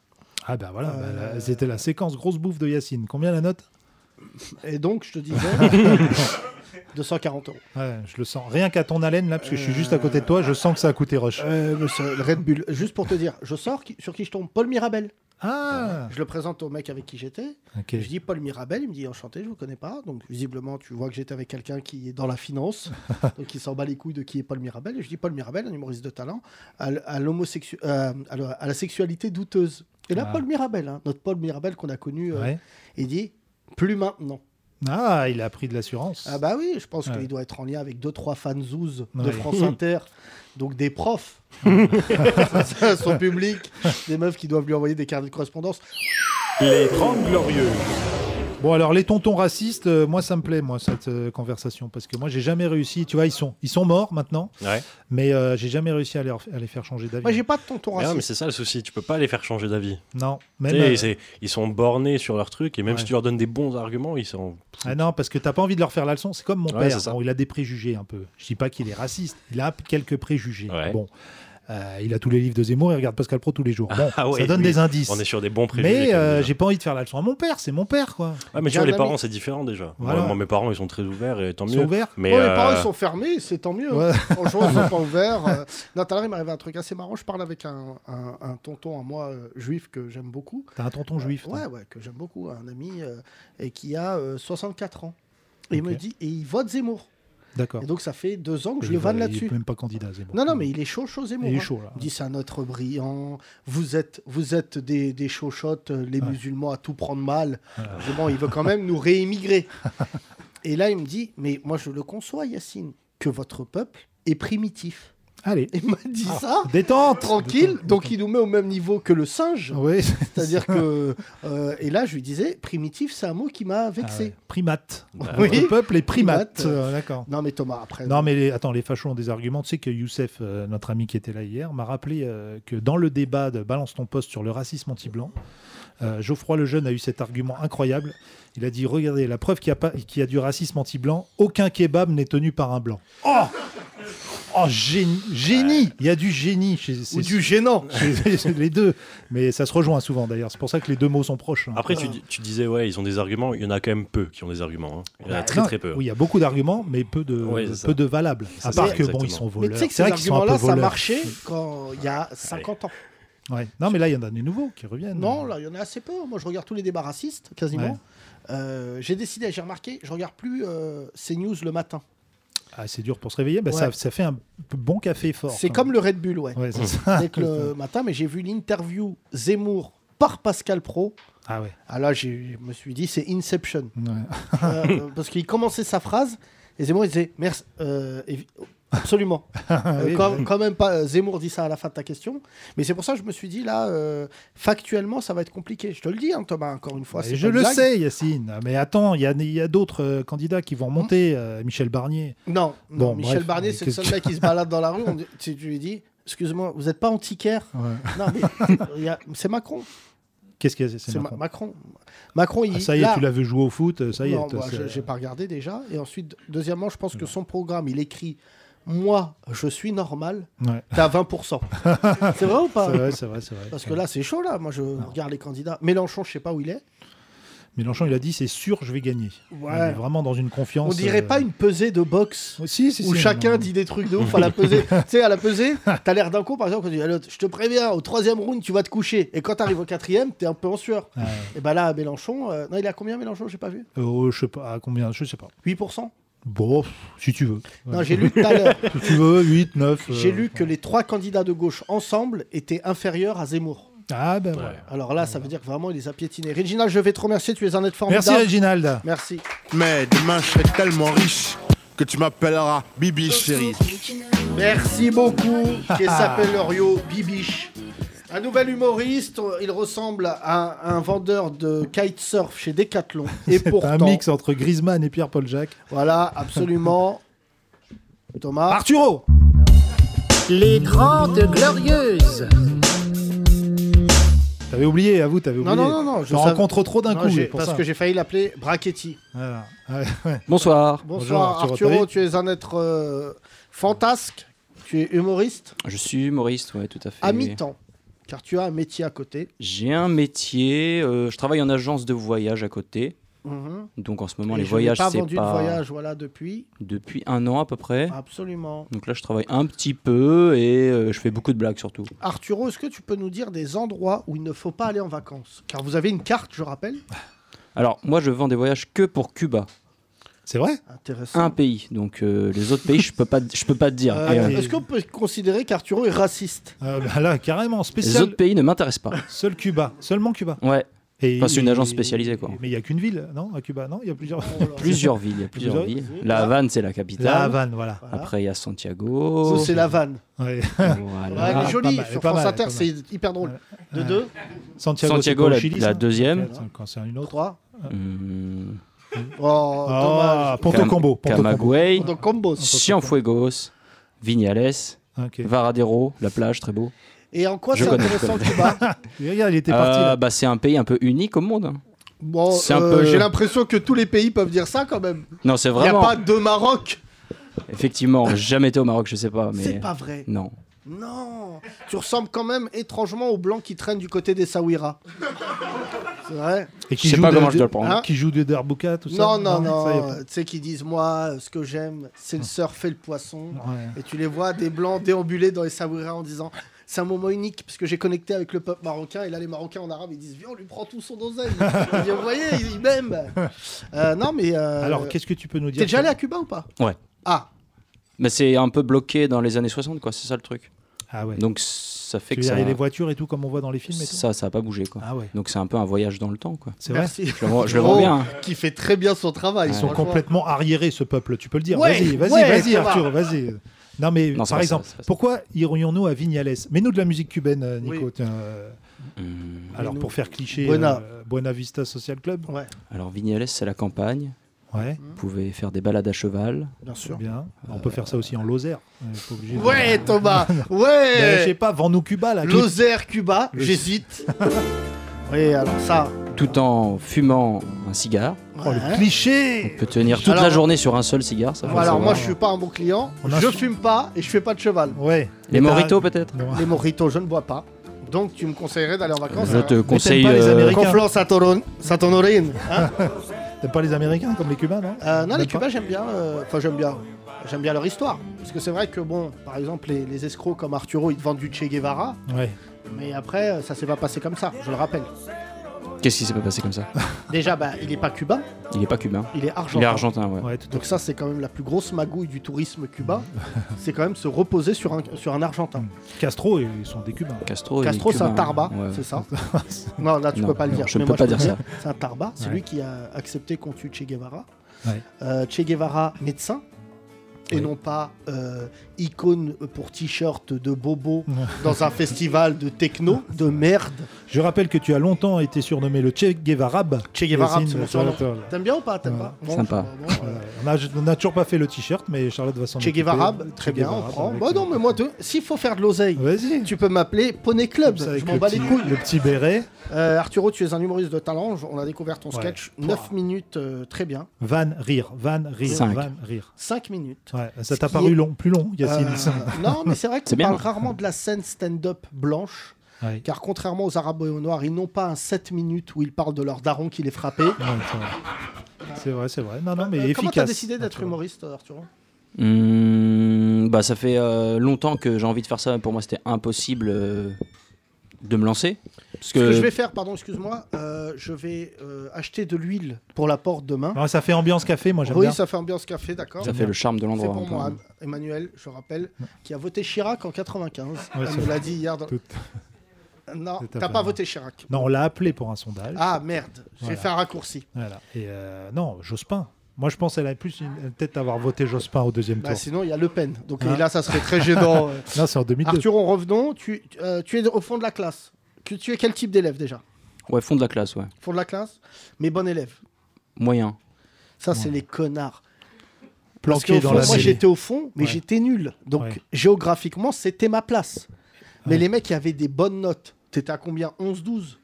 D: Ah bah voilà, bah,
C: Euh,
D: là, c'était la séquence grosse bouffe de Yacine. Combien la note
C: Et donc je te disais 240 euros.
D: Ouais, Je le sens. Rien qu'à ton haleine là, parce que je suis juste à côté de toi, je sens que ça a coûté rush.
C: Euh, mais c'est le Red Bull. Juste pour te dire, je sors qui- sur qui je tombe Paul Mirabel.
D: Ah
C: Je le présente au mec avec qui j'étais.
D: Ok.
C: Je dis Paul Mirabel, il me dit enchanté, je vous connais pas. Donc visiblement, tu vois que j'étais avec quelqu'un qui est dans la finance, donc il s'en bat les couilles de qui est Paul Mirabel. Et je dis Paul Mirabel, un humoriste de talent, à, l- à l'homosexu- euh, à, la- à la sexualité douteuse. Et là,
D: Ah.
C: Paul Mirabel, hein, notre Paul Mirabel qu'on a connu, euh,
D: Ouais.
C: il dit plus maintenant.
D: Ah, il a pris de l'assurance.
C: Ah bah oui, je pense
D: Ouais.
C: qu'il doit être en lien avec deux trois fans zouz de
D: Ouais.
C: France Inter, donc des profs, son public, des meufs qui doivent lui envoyer des carnets de correspondance.
F: Les 30 Glorieux.
D: Bon alors les tontons racistes, euh, moi ça me plaît moi cette euh, conversation parce que moi j'ai jamais réussi, tu vois ils sont ils sont morts maintenant,
E: Ouais.
D: mais euh, j'ai jamais réussi à les, ref- à les faire changer d'avis.
C: Moi, j'ai pas de tonton
E: Mais non, mais
C: raciste.
E: c'est ça le souci. Tu peux pas les faire changer d'avis.
D: Non,
E: Tu
D: même
E: sais,
D: euh,
E: c'est- Ils sont bornés sur leur truc et même
D: Ouais.
E: si tu leur donnes des bons arguments, ils sont.
D: ah non parce que t'as pas envie de leur faire la leçon. C'est comme mon
E: Ouais,
D: père,
E: c'est ça.
D: Bon, il a des préjugés un peu. Je dis pas qu'il est raciste, il a quelques préjugés.
E: Ouais.
D: Bon, Euh, il a tous les livres de Zemmour, il regarde Pascal Pro tous les jours. Bon,
E: Ah ouais,
D: ça donne
E: oui.
D: des indices.
E: On est sur des bons préjugés.
D: Mais
E: comme
D: euh,
E: déjà.
D: j'ai pas envie de faire la leçon à mon père, c'est mon père quoi.
E: Ah, mais tu
C: J'ai
E: vois,
C: un
E: les
C: ami-
E: parents, c'est différent déjà.
D: Voilà.
E: Moi, moi, mes parents, ils sont très ouverts et tant
D: Ils
E: mieux.
D: sont ouverts
E: Mais,
C: Bon,
E: euh,
C: les parents ils sont fermés, c'est tant mieux.
D: Ouais.
C: Franchement, ils sont pas ouverts. Euh, Non, tout à l'heure, il m'arrivait un truc assez marrant. Je parle avec un, un- un tonton à moi euh, juif que j'aime beaucoup.
D: T'as un tonton juif. toi.
C: Ouais, ouais, que j'aime beaucoup, un ami euh, et qui a euh, 64 ans. Et il me
D: Ok.
C: dit, et il vote Zemmour.
D: D'accord.
C: Et donc, ça fait deux ans que je
D: Il
C: le
D: va-
C: vanne
D: il est
C: là-dessus.
D: même pas candidat, Zemmour.
C: Non, non, mais il est chaud, chaud, Zemmour.
D: Il est
C: hein.
D: chaud, là.
C: Il dit c'est un autre brillant. Vous êtes, vous êtes des, des chochottes, euh, les musulmans à tout prendre mal. Je dis, Bon, il veut quand même nous réémigrer. Et là, il me dit Mais moi, je le conçois, Yacine, que votre peuple est primitif.
D: Allez.
C: Il m'a dit
D: Ah.
C: ça,
D: Détente Ah
C: tranquille. Donc, il nous met au même niveau que le singe.
D: Oui.
C: C'est-à-dire que. euh, et là, je lui disais Primitif, c'est un mot qui m'a vexé.
D: Primate.
E: Bah,
C: Oui.
D: Votre peuple est primate.
C: Primate.
D: Euh, D'accord.
C: Non, mais Thomas, après.
D: Non mais les- attends, les fachos ont des arguments. Tu sais que Youssef, euh, notre ami qui était là hier, m'a rappelé euh, que dans le débat de Balance ton poste sur le racisme anti-blanc, euh, Geoffroy Lejeune a eu cet argument incroyable. Il a dit, regardez, la preuve qu'il y, a pas- qu'il y a du racisme anti-blanc, aucun kebab n'est tenu par un blanc. Oh Oh, génie, génie Il y a du génie chez
C: Ou
D: ces-
C: du gênant.
D: chez- chez les deux. Mais ça se rejoint souvent d'ailleurs. C'est pour ça que les deux mots sont proches. hein.
E: Après, tu, dis- tu disais, ouais, ils ont des arguments. Il y en a quand même peu qui ont des arguments. hein. Il y en a
D: Bah,
E: très
D: non,
E: très peu.
D: Oui, il y a beaucoup d'arguments, mais peu de,
E: Oui, c'est ça.
D: peu de valables.
E: C'est
D: À
E: ça,
D: part que, bon,
E: exactement.
D: ils sont
C: Mais
D: voleurs.
C: tu sais que ces
D: C'est vrai qu'ils sont un peu
C: arguments-là, ça
D: voleurs.
C: marchait quand il y a 50 ans.
D: Ouais. Non, mais là, il y en a des nouveaux qui reviennent. Euh,
C: Non, là, il y en a assez peu. Moi, je regarde tous les débats racistes, quasiment.
D: Ouais.
C: Euh, j'ai décidé, j'ai remarqué, je regarde plus euh, CNews le matin.
D: Ah, c'est dur pour se réveiller. Bah,
C: Ouais.
D: ça, ça fait un bon café fort.
C: C'est
D: quand
C: comme le Red Bull, ouais.
D: même. Ouais,
E: Mmh.
D: c'est ça.
C: Dès que le matin, mais j'ai vu l'interview Zemmour par Pascal Pro.
D: Ah ouais.
C: Ah là, j'ai- je me suis dit, c'est Inception.
D: Ouais.
C: Euh, parce qu'il commençait sa phrase et Zemmour, il disait, merci. euh, évi- Absolument.
D: Ah
C: Euh,
D: oui,
C: quand,
D: bah oui.
C: quand même pas. euh, Zemmour dit ça à la fin de ta question. Mais c'est pour ça que je me suis dit, là, euh, factuellement, ça va être compliqué. Je te le dis, hein, Thomas, encore une fois.
D: Et
C: c'est
D: Ah, je
C: pas une
D: le
C: blague.
D: sais, Yacine. Ah, Mais attends, il y a, il y a d'autres euh, candidats qui
C: Mmh.
D: vont remonter. euh, Michel Barnier.
C: Non, non,
D: Bon,
C: Michel
D: bref,
C: Barnier,
D: mais
C: c'est le
D: qu'est-ce
C: seul mec qui se balade dans la rue. On dit- tu, tu lui dis, excuse-moi, vous n'êtes pas antiquaire Non, mais il y a- c'est Macron.
D: Qu'est-ce qu'il y a C'est
C: C'est Ma-
D: Macron.
C: Macron. Macron, il.
D: Ah, ça y est,
C: là-
D: tu l'as vu jouer au foot. euh, Ça y est.
C: Non,
D: toi,
C: moi,
D: c'est-
C: je- j'ai pas regardé déjà. Et ensuite, deuxièmement, je pense que son programme, il écrit Moi, je suis normal,
D: Ouais.
C: t'as 20%. c'est vrai ou pas
D: C'est vrai, c'est vrai, c'est vrai.
C: Parce que là, c'est chaud, là. Moi, je regarde les candidats. Mélenchon, je sais pas où il est.
D: Mélenchon, il a dit c'est sûr, je vais gagner.
C: Ouais.
D: Il est vraiment dans une confiance.
C: On dirait
D: euh,
C: pas une pesée de boxe
D: Oh, si, si,
C: où
D: si,
C: chacun
D: non.
C: dit des trucs de ouf à la pesée. tu sais, à la pesée, t'as l'air d'un con, par exemple, quand tu dis à l'autre, je te préviens, au troisième round, tu vas te coucher. Et quand t'arrives au quatrième, t'es un peu en sueur.
D: Ouais.
C: Et bah là, à Mélenchon, euh, non, il a combien Mélenchon J'ai pas vu.
D: Euh, je sais pas à combien, je sais pas.
C: 8%.
D: Bon, pff, si tu veux.
C: Non, j'ai lu tout à l'heure.
D: Si tu veux, euh, 8, 9.
C: J'ai lu que les trois candidats de gauche ensemble étaient inférieurs à Zemmour.
D: Ah ben voilà.
E: Ouais.
C: Alors là, ça veut dire que vraiment, il les a piétinés. Réginald, je vais te remercier, tu es un être formidable.
D: Merci Reginald.
C: Merci.
G: Mais demain, je serai tellement riche que tu m'appelleras Bibi Chérie.
C: Merci beaucoup, qui s'appelle Orio Bibiche. Un nouvel humoriste, il ressemble à un vendeur de kitesurf chez Decathlon. Et pourtant,
D: Un mix entre Griezmann et Pierre-Paul Jacques.
C: voilà, absolument. Thomas,
D: Arturo
A: Les Grandes Glorieuses.
D: T'avais oublié, à vous, t'avais
C: Non,
D: oublié.
C: non, non, non, je
D: T'en
C: savais-
D: rencontres trop d'un
C: Non,
D: coup,
C: j'ai-
D: c'est pour
C: parce
D: ça.
C: que j'ai failli l'appeler Brachetti.
D: Voilà. Ouais, ouais.
C: Bonsoir
H: Bonsoir,
D: Bonjour, Arturo, t'as
C: Arturo, tu es un être euh, fantasque, tu es humoriste
H: je suis humoriste, ouais, tout à fait.
C: à mi-temps, car tu as un métier à côté.
H: J'ai un métier, euh, je travaille en agence de voyage à côté.
C: Mhm.
H: Donc en ce moment,
C: Et
H: les
C: je n'ai
H: voyages,
C: pas
H: c'est
C: vendu
H: pas.
C: de voyage, Ah. voilà, depuis.
H: Depuis un an à peu près.
C: Absolument.
H: Donc là, je travaille un petit peu et euh, je fais beaucoup de blagues surtout.
C: Arturo, est-ce que tu peux nous dire des endroits où il ne faut pas aller en vacances Car vous avez une carte, je rappelle.
H: Alors, moi, je vends des voyages que pour Cuba,
D: C'est vrai
C: Intéressant.
H: un pays. Donc euh, les autres pays, je peux pas, je peux pas te dire.
C: Euh,
H: Et, euh,
C: Est-ce qu'on peut considérer qu'Arturo est raciste
D: Euh, bah Là, carrément,
H: les
D: spécial.
H: autres pays ne m'intéressent pas.
D: Seul Cuba. Seulement Cuba.
H: Ouais,
D: Et,
H: Enfin, c'est une agence spécialisée, quoi.
D: Mais il n'y a qu'une ville, non À Cuba, non Il y a plusieurs.
H: plusieurs villes, il y a plusieurs
D: Plusieurs
H: villes. La Havane, c'est la
D: La
H: capitale.
D: Havane, voilà.
C: Voilà.
H: Après, il y a
C: Ça,
H: Santiago.
C: C'est la vanne.
D: Ouais.
C: Ouais,
H: Voilà.
C: elle est jolie.
D: Oh. Ah, pas mal,
C: Sur
D: pas
C: France
D: mal,
C: Inter,
D: pas mal. Euh,
C: c'est hyper drôle. De deux,
D: Santiago, c'est
H: Santiago,
D: pas au
H: la,
D: Chili,
H: la
D: ça
H: deuxième.
D: Ok, Quand c'est une autre.
C: trois.
H: Hmm.
C: Oh,
D: Ah,
C: dommage.
D: Ponto
H: Cam-
D: Combo. Ponto Combo.
H: Camagüey,
C: Donc, combo.
H: Cienfuegos, Vignales,
D: Ok.
H: Varadero, la plage, très beau.
C: Et en quoi
H: Je
C: c'est
H: connais,
C: intéressant Cuba
D: Et Regarde, il était parti.
H: Euh,
D: là.
H: bah, c'est un pays un peu unique au monde. hein.
C: Bon,
H: C'est un
C: euh,
H: peu-
C: j'ai l'impression que tous les pays peuvent dire ça quand même.
H: Non, c'est
C: Il n'y a
H: vraiment.
C: pas deux Maroc.
H: Effectivement, j'ai jamais été au Maroc, je sais pas, mais.
C: C'est pas vrai.
H: Non.
C: Non, tu ressembles quand même étrangement aux blancs qui traînent du côté des Saouira. C'est vrai
D: Et
H: Je sais
D: joue
H: pas
D: de-
H: comment je
D: de-
H: dois le prendre.
C: Hein
D: Qui joue des Darbuka, tout ça
C: Non, non,
D: ça y est
C: non.
D: pas.
C: Tu sais qu'ils disent, moi, euh, ce que j'aime, c'est le surf et le poisson.
D: Ouais.
C: Et tu les vois, des blancs déambuler dans les Saouira en disant, c'est un moment unique, parce que j'ai connecté avec le peuple marocain. Et là, les Marocains en arabe, ils disent, viens, on lui prend tout son dosaine. Je dis, Vous voyez, il, il m'aime. Euh, non, mais... euh,
D: Alors, qu'est-ce que tu peux nous
C: T'es
D: dire
C: déjà
D: sur-
C: allé à Cuba ou pas
H: Ouais.
C: Ah,
H: Mais c'est un peu bloqué dans les années 60, quoi, c'est ça le truc.
D: Ah ouais.
H: Donc ça fait
D: tu
H: que
D: veux dire,
H: ça,
D: et les voitures et tout, comme on voit dans les films et tout.
H: ça, ça a pas bougé, quoi.
D: Ah ouais.
H: Donc c'est un peu un voyage dans le temps, quoi.
D: C'est vrai.
C: merci.
H: Je le vois, je le vois
C: Oh,
H: bien. hein.
C: Qui fait très bien son travail.
H: Ouais.
D: Ils sont
C: franchement.
D: complètement arriérés, ce peuple, tu peux le dire.
C: Ouais,
D: vas-y, vas-y,
C: ouais,
D: vas-y,
C: ça va.
D: Arthur, vas-y. Non, mais
H: Non,
D: par
H: c'est pas ça,
D: exemple,
H: c'est pas ça.
D: pourquoi irions-nous à Vignales Mets-nous de la musique cubaine, euh, Nico.
C: Oui.
D: tiens, euh,
H: Hum,
D: alors,
C: Mets-nous.
D: pour faire cliché,
C: Buena.
D: euh, Buena Vista Social Club.
C: Ouais,
H: Alors Vignales, c'est la campagne.
D: Ouais,
C: Mmh.
H: Vous pouvez faire des balades à cheval.
C: bien sûr.
D: bien. On peut faire ça aussi en
H: Euh,
D: Lozère. on est pas obligé de-
C: Ouais, Thomas,
D: Mais je sais
C: ouais.
D: pas, vends-nous Cuba, là. clip.
C: Lozère, Cuba,
D: Ah, Le-
C: j'hésite. oui, alors ça.
H: Tout en fumant un cigare.
D: Oh, le
C: ouais.
D: cliché
H: On peut tenir toute
C: Alors-
H: la journée sur un seul cigare, ça
D: Ah,
H: faut
C: Bon, alors
H: savoir.
C: moi je suis pas un bon client,
D: On a-
C: je fume pas et je fais pas de cheval.
D: Ouais.
H: Les
D: Mais t'as-
H: moritos peut-être
D: Non.
C: Les mojitos je ne bois pas, donc tu me conseillerais d'aller en vacances.
H: Je
C: à-
H: te conseille
D: pas les
H: euh,
D: Américains.
C: Conflans à Toron- Saint Honorine. Hein
D: T'aimes pas les Américains comme les Cubains, non
C: Euh, non,
D: Même
C: les
D: pas
C: Cubains j'aime bien, euh, enfin j'aime bien, j'aime bien leur histoire. Parce que c'est vrai que bon, par exemple les, les escrocs comme Arturo ils te vendent du Che Guevara,
D: Ouais.
C: mais après euh, ça s'est pas passé comme ça, je le rappelle.
H: Qu'est-ce qui s'est pas passé comme ça
C: Déjà bah il est pas cubain,
H: Il est pas cubain.
C: il est argentin.
H: Il est argentin, ouais.
D: Ouais, tout à
C: Donc ça c'est quand même la plus grosse magouille du tourisme cubain, c'est quand même se reposer sur un, sur un argentin.
D: fait. Castro, ils sont des Cubains.
H: Castro, il est
C: Castro, c'est un
H: cubain.
C: tarba,
H: Ouais.
C: c'est ça Non, là, tu
H: Non,
C: peux pas le
H: non,
C: dire.
H: je
C: mais
H: peux
C: moi,
H: pas
C: peux
H: dire
C: le
H: ça.
C: C'est un tarba, c'est
D: Ouais.
C: lui qui a accepté qu'on tue Che Guevara.
D: Ouais.
C: Euh, che Guevara, médecin, et
D: Oui.
C: non pas euh, icône pour t-shirt de bobo
D: Ouais.
C: dans un festival de techno, de merde.
D: Je rappelle que tu as longtemps été surnommé le Che Guevara.
C: Che Guevara,
D: Yacine,
C: c'est mon
D: toi,
C: surnom.
D: toi, là.
C: T'aimes bien ou pas T'aimes
D: Ouais.
C: pas Bon,
H: Sympa.
C: je- bon, voilà.
D: Voilà. On a- On n'a toujours pas fait le t-shirt, mais Charlotte va s'en
C: Che
D: occuper.
C: Guevara,
D: Che
C: très bien, on
D: Guevara
C: prend.
D: avec
C: Bah
D: le-
C: non, mais moi, te- s'il faut faire de l'oseille,
D: Vas-y.
C: tu peux m'appeler Poney Club.
D: Comme ça, avec
C: Je m'en
D: le
C: bats
D: petit-
C: les couilles.
D: Le petit béret.
C: Euh, Arturo, tu es un humoriste de talent. On a découvert ton
D: Ouais.
C: sketch. 9 minutes, euh, très bien.
D: Van rire, van rire,
H: Cinq.
D: van rire.
C: 5 minutes.
D: Ouais, ça
C: Ce
D: t'a
C: qui
D: paru
C: est-
D: long, plus long, Yacine.
C: Euh, non, mais c'est vrai qu'on
H: C'est bien. hein.
C: parle rarement de la scène stand-up blanche,
D: Ouais. Ouais,
C: car contrairement aux Arabes et aux Noirs, ils n'ont pas un 7 minutes où ils parlent de leur daron qui les frappait.
D: c'est vrai. c'est vrai, c'est vrai. Non, non, mais
C: Euh,
D: efficace.
C: Comment t'as décidé d'être
D: Arthur.
C: humoriste, Arthur
H: Hum, bah, ça fait euh, longtemps que j'ai envie de faire ça. Pour moi, c'était impossible euh, de me lancer. Parce
C: Ce que
H: que,
C: je vais faire, pardon, excuse-moi, euh, je vais euh, acheter de l'huile pour la porte demain.
D: Non, ça fait ambiance café, moi j'aime
C: Oui,
D: bien.
C: ça fait ambiance café, d'accord
H: ça fait le charme de
C: C'est
H: l'endroit.
C: pour
H: un peu,
C: moi,
H: hein.
C: Emmanuel, je rappelle, qui a voté Chirac en 95.
D: Ouais,
C: Elle
D: c'est
C: me
D: vrai.
C: l'a dit hier. dans-
D: Tout-
C: Non,
D: tout à
C: t'as
D: fait.
C: pas voté Chirac.
D: Non, on l'a appelé pour un sondage.
C: Ah merde, j'ai
D: Voilà.
C: fait un raccourci.
D: Voilà. Et euh, non, Jospin. Moi, je pense qu'elle a plus une tête d'avoir voté Jospin au deuxième
C: Bah,
D: tour.
C: sinon, il y a Le Pen. Donc
D: Ah.
C: et là, ça serait très gênant. euh.
D: Non, c'est en 2002.
C: Arthur, on revenons. Tu, euh, tu es au fond de la classe. Que- tu es quel type d'élève déjà
H: Ouais, fond de la classe, ouais.
C: Fond de la classe Mais bon élève.
H: Moyen.
C: Ça, c'est les connards. Parce
D: planqué
C: qu'au
D: dans
C: fond,
D: la
C: moi,
D: mêlée.
C: j'étais au fond, mais
D: Ouais.
C: j'étais nul. Donc,
D: Ouais.
C: géographiquement, c'était ma place. Mais les mecs qui avaient des bonnes notes, t'étais à combien 11, 12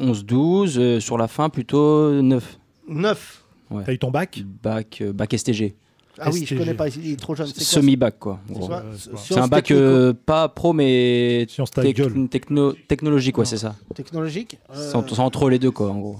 H: 11-12, euh, sur la fin plutôt 9.
C: 9
D: T'as eu ton bac
C: Mm.
H: Bac, euh, bac STG.
C: Ah oui, je
D: STG.
C: connais pas, il est trop jeune. C'est quoi,
H: Semi-bac, quoi. en
C: c'est-
H: gros.
C: c'est quoi
D: Euh, c'est pas-
H: C'est
C: Sciences
H: un bac
C: technico-
H: euh, pas pro, mais
D: Science ta
H: tec-
D: gueule.
H: techno- technologique, ouais, c'est ça.
C: technologique.
H: C'est
C: Euh,
H: en- c'est entre les deux, quoi, en gros.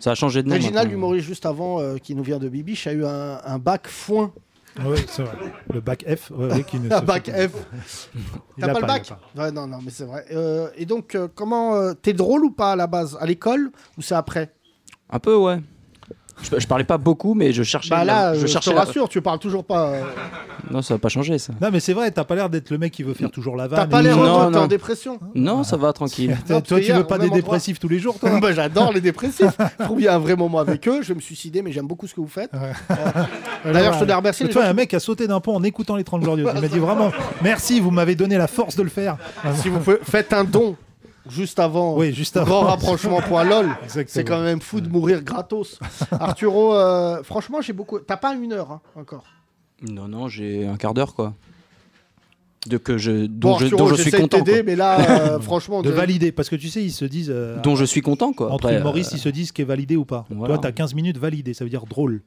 H: Ça a changé de nom.
C: Reginald,
H: maintenant.
C: l'humoriste juste avant, euh, qui nous vient de Bibiche, a eu un, un bac foin.
D: Oui, Ah c'est vrai. Le bac F. ouais, ouais, qui ne
C: Un
D: se-
C: bac F.
D: Il
C: T'as
D: l'a
C: pas le
D: il l'a
C: bac Ouais, non, non, mais c'est vrai. Euh, et donc, euh, comment. euh, T'es drôle ou pas à la base À l'école ou c'est après
H: Un peu, ouais. Je, je parlais pas beaucoup, mais je cherchais.
C: Bah là,
H: la-
C: euh,
H: je
C: je,
H: cherchais.
C: te
H: la-
C: rassure, tu parles toujours pas. euh,
H: Non, ça va pas changer, ça.
D: Non, mais c'est vrai, t'as pas l'air d'être le mec qui veut faire toujours la vanne.
C: T'as pas
D: et-
C: l'air
H: Non,
C: heureux, t'es en
H: non.
C: dépression.
H: Non, ça
C: Ah,
H: va tranquille.
D: Toi,
C: Non, parce
D: toi,
C: que
D: tu
C: hier,
D: veux pas
C: au
D: des
C: même endroit-
D: dépressifs tous les jours, toi
C: Bah, J'adore les dépressifs. Trouve bien un vrai moment avec eux. Je vais me suicider, mais j'aime beaucoup ce que vous faites. Euh, D'ailleurs, je te les remercie.
D: Mais
C: les
D: toi,
C: gens
D: un mec a sauté d'un pont en écoutant les 30 Glorieuses. Il m'a dit vraiment, merci, vous m'avez donné la force de le faire.
C: qui- Si vous pouvez, faites un don juste avant.
D: Oui, juste
C: Grand
D: avant.
C: rapprochement pour un lol.
D: Exactement.
C: C'est quand même fou de mourir gratos. Arturo, euh, franchement, j'ai beaucoup. T'as pas une heure hein, encore.
H: Non, non, j'ai un quart d'heure, quoi. De que je, dont,
C: Bon,
H: je,
C: Arturo,
H: dont je suis
C: j'essaie de
H: content.
C: t'aider,
H: quoi.
C: mais là, euh, franchement, on
D: De
C: dirait-
D: valider, parce que tu sais, ils se disent. euh,
H: Dont je suis content, quoi.
D: Entre
H: Après,
D: humoristes,
H: euh,
D: ils se disent ce qui est validé ou pas.
H: voilà.
D: Toi, t'as 15 minutes validées, ça veut dire drôle.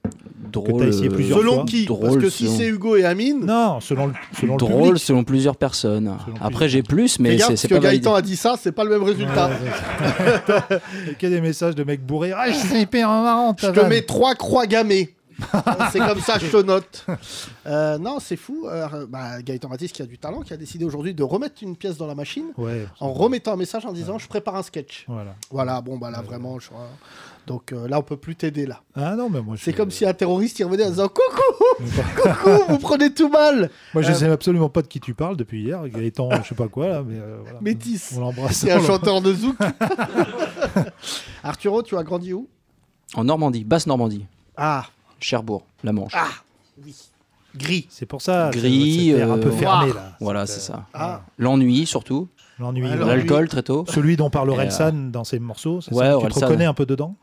H: drôle.
D: t'as essayé
H: euh,
D: plusieurs
C: Selon
D: fois.
C: qui Parce
H: Drôle,
C: que si
H: selon-
C: c'est Hugo et Amine,
D: Non, selon le, selon le
H: drôle
D: public.
H: selon plusieurs personnes.
D: Selon
H: Après,
D: plusieurs
H: j'ai plus, mais
C: regarde,
H: c'est
C: parce
H: c'est
C: que
H: pas validé.
C: Gaëtan a dit ça, c'est pas le même résultat.
D: Il y a des messages de mecs bourrés. Ah, c'est hyper marrant,
C: je
D: ta
C: te
D: vanne.
C: mets trois croix gammées. c'est comme ça, je te note. Euh, non, c'est fou. Euh, bah, Gaëtan Matisse, qui a du talent, qui a décidé aujourd'hui de remettre une pièce dans la machine
D: Ouais.
C: en remettant un message en disant Je prépare un sketch.
D: Voilà.
C: Voilà, bon, bah là, vraiment, je crois. Donc euh, là, on peut plus t'aider, là.
D: Ah non, mais moi. je-
C: C'est comme si un terroriste, il revenait en disant Coucou Coucou, vous prenez tout mal.
D: Moi, je
C: Euh,
D: sais absolument pas de qui tu parles depuis hier. Gaëtan, je sais pas quoi, là, mais euh, voilà.
C: Métis.
D: On l'embrasse.
H: Oh
C: C'est un
D: On l'embrasse.
C: chanteur de zouk. Arturo, tu as grandi où
H: En Normandie, basse Normandie,
C: Ah,
H: Cherbourg, la Manche.
C: gris.
D: C'est pour ça. c'est-
H: Gris,
D: cette terre un peu
H: euh,
D: fermé,
C: noir.
D: là.
H: voilà,
D: Cette,
H: c'est
D: euh,
H: ça.
C: Ah,
H: L'ennui surtout,
D: L'ennui.
C: Ouais,
D: voilà.
C: l'ennui.
H: l'alcool très tôt.
D: Celui dont parle
H: Et, euh,
D: Orelsan dans ses morceaux, c'est
H: ouais,
D: ça tu te
H: Orelsan.
D: reconnais un peu dedans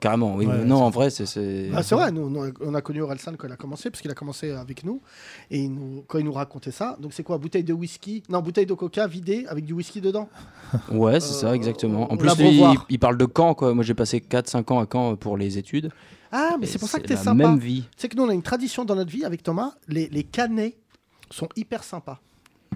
H: Carrément, oui.
D: Ouais,
H: mais non, en vrai, c'est. c'est-
C: Ah, c'est vrai, nous, nous, on a connu Orelsan quand il a commencé, parce qu'il a commencé avec nous, et il nous- quand il nous racontait ça, donc c'est quoi Bouteille de whisky Non, bouteille de coca vidée avec du whisky dedans
H: Ouais, c'est
C: Euh,
H: ça, exactement.
C: on
H: En plus,
C: l'a
H: lui,
C: beau
H: il,
C: voir.
H: il parle de Caen, quoi. Moi, j'ai passé 4-5 ans à Caen pour les études.
C: Ah, mais
H: Et
C: c'est pour ça que t'es
H: la
C: sympa.
H: même vie.
C: C'est que nous, on a une tradition dans notre vie avec Thomas, les, les canets sont hyper sympas.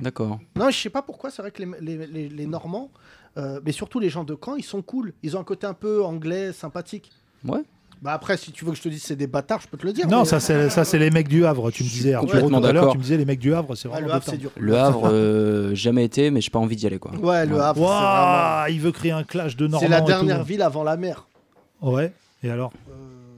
H: D'accord.
C: Non, je sais pas pourquoi, c'est vrai que les, les- les- les Normands, euh, mais surtout les gens de Caen, ils sont cool. Ils ont un côté un peu anglais, sympathique.
H: Ouais.
C: Bah après, si tu veux que je te dise c'est des bâtards, je peux te le dire.
D: Non,
C: mais- euh,
D: ça c'est ça c'est les mecs du Havre. Tu me disais Arturo
H: complètement
D: tout à l'heure,
H: d'accord.
D: tu me disais les mecs du Havre, c'est
C: Ah,
D: vraiment
C: le
D: des
C: Havre, c'est
D: temps.
C: dur.
H: Le Havre, euh, jamais été, mais j'ai pas envie d'y aller, quoi.
C: Ouais, le Havre, c'est vraiment-
D: Waouh, il veut créer un clash de Normands.
C: c'est la
D: et tout.
C: dernière ville avant la mer.
D: Ouais. Et alors
C: Euh,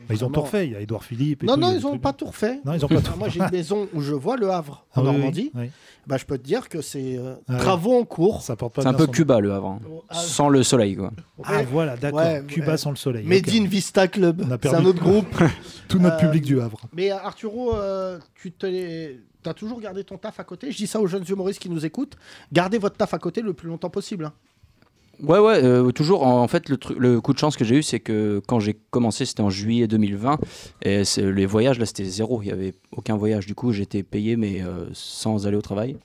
D: Bah, Ils ont
C: vraiment.
D: tout refait. Il y a Édouard Philippe. et
C: Non,
D: tout,
C: non,
D: il y a
C: ils
D: des
C: ont
D: trucs.
C: pas tout refait.
D: Non, ils ont pas tout.
C: Ah, Moi, j'ai une maison où je vois le Havre
D: Ah
C: en
D: oui, oui,
C: Normandie.
D: oui.
C: Bah, je peux te dire que c'est euh,
D: Ah ouais.
C: travaux en cours.
D: Ça porte pas
H: C'est un
D: bien
H: peu
D: son nom.
H: Cuba, le Havre. hein.
C: Ah,
H: Sans le soleil, quoi.
D: Ah
C: ouais.
D: voilà, d'accord.
C: Ouais,
D: Cuba
C: ouais.
D: sans le soleil.
C: Made
D: ok.
C: in Vista Club,
D: Ah, On a
C: c'est
D: perdu.
C: un autre groupe.
D: Tout notre
C: Euh,
D: public du Havre.
C: Mais euh, Arturo, euh, tu te as toujours gardé ton taf à côté. Je dis ça aux jeunes humoristes qui nous écoutent. Gardez votre taf à côté le plus longtemps possible. hein.
H: Ouais, ouais, euh, toujours. En, en fait, le, tru- le coup de chance que j'ai eu, c'est que quand j'ai commencé, c'était en juillet 2020. Et c'est- les voyages, là, c'était zéro. Il n'y avait aucun voyage. Du coup, j'étais payé, mais euh, sans aller au travail.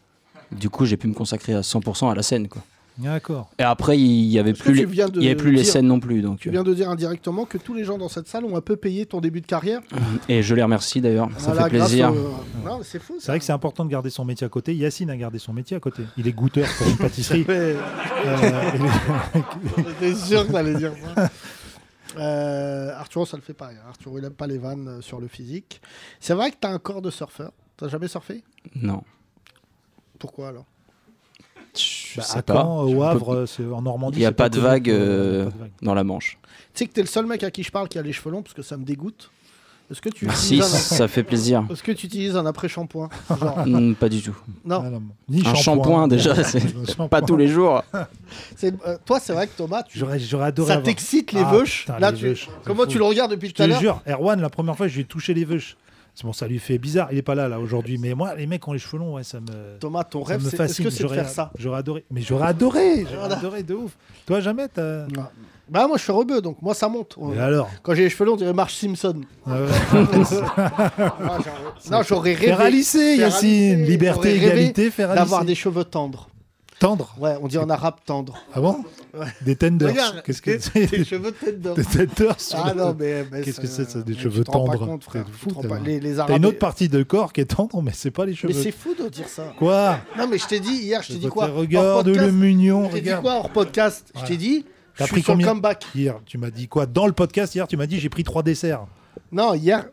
H: Du coup, j'ai pu me consacrer à 100% à la scène, quoi.
D: D'accord.
H: Et après, il n'y avait
C: Parce que tu
H: plus, les,
C: viens de
H: il y avait plus les
C: dire-
H: scènes non plus. Donc,
C: Tu viens de dire indirectement que tous les gens dans cette salle ont un peu payé ton début de carrière.
H: Et je les remercie d'ailleurs, ça
C: Voilà,
H: fait
C: grâce
H: plaisir.
C: au- Non, c'est fou.
D: C'est vrai que
H: Euh,
D: c'est important de garder son métier à côté. Yacine a gardé son métier à côté. Il est goûteur pour une pâtisserie.
C: Ouais,
D: Euh, il est-
C: J'étais sûr que t'allais dire ça. Euh, Arturo, ça le fait pas. hein. Arturo, il aime pas les vannes euh, sur le physique. C'est vrai que t'as un corps de surfeur. T'as jamais surfé
H: Non.
C: Pourquoi alors
H: Je
D: Bah,
H: sais
D: à
H: pas.
D: Caen,
H: Je
D: au
H: peux-
D: Havre, c'est- en Normandie.
H: Il n'y a
D: c'est
H: pas de
D: connu
H: vague
D: pour-
H: euh,
D: pas de vague.
H: dans la Manche.
C: Tu sais que t'es le seul mec à qui je parle qui a les cheveux longs parce que ça me dégoûte. Est-ce que tu
H: Merci,
C: utilises un-
H: ça fait plaisir.
C: Est-ce que tu utilises un après-shampoing Genre,
H: Hmm, pas du tout.
C: Non,
D: Ah, non, Ni
H: Un shampoing déjà, c'est pas tous les jours.
C: c'est- euh, toi, c'est vrai que Thomas, tu-
D: J'aurais j'aurais adoré.
C: ça
D: avoir-
C: t'excite les
D: Ah,
C: veuches.
D: putain,
C: Là,
D: les
C: tu-
D: veuches, c'est
C: Comment
D: fou.
C: tu le regardes depuis
D: Je
C: tout à
D: te
C: l'heure
D: jure, Erwan, la première fois, je lui ai touché les veuches. C'est bon, ça lui fait bizarre. Il est pas là, là, aujourd'hui. Mais moi, les mecs ont les cheveux longs, ouais, ça me.
C: Thomas, ton
D: Ça
C: rêve,
D: me
C: c'est est-ce
D: fascine.
C: que c'est de
D: J'aurais-
C: faire ça
D: J'aurais adoré. Mais j'aurais adoré. J'aurais
C: Voilà.
D: adoré de ouf. Toi, jamais t'as.
C: Bah, moi, je suis rebeu, donc moi, ça monte.
D: Mais alors
C: Quand j'ai les cheveux longs, on dirait Marge Simpson.
D: euh,
C: Ah, j'aurais- non, j'aurais rêvé.
D: Faire à lycée,
C: Faire à
D: Yacine.
C: lycée. J'aurais
D: Liberté,
C: rêvé
D: égalité, faire à
C: D'avoir des
D: lycée.
C: cheveux tendres.
D: Tendre.
C: Ouais, on dit en arabe tendre.
D: Ah bon Des tenders.
C: Regarde,
D: Qu'est-ce que
C: tes- tes
D: c'est
C: cheveux tendres.
D: Des tenders. sur
C: Ah
D: le-
C: non, mais. mais
D: Qu'est-ce que c'est, ça, des
C: mais
D: cheveux
C: tu te rends pas
D: tendres
C: compte, frère.
D: T'es
C: Tu te
D: fou,
C: rends pas-
D: t'es-
C: Les les
D: T'as
C: arabes.
D: une autre partie de corps qui est tendre, mais c'est pas les
C: Mais
D: cheveux.
C: c'est fou de dire ça.
D: Quoi
C: Non, mais je t'ai dit hier, je t'ai dit quoi Hors
D: Regarde le
C: podcast,
D: mignon.
C: Je t'ai dit
D: Regarde.
C: quoi hors podcast Je
D: Voilà.
C: t'ai dit, je
D: T'as
C: suis
D: pris
C: sur le
D: combien
C: comeback.
D: Hier, tu m'as dit quoi Dans le podcast hier, tu m'as dit j'ai pris trois desserts.
C: Non, hier,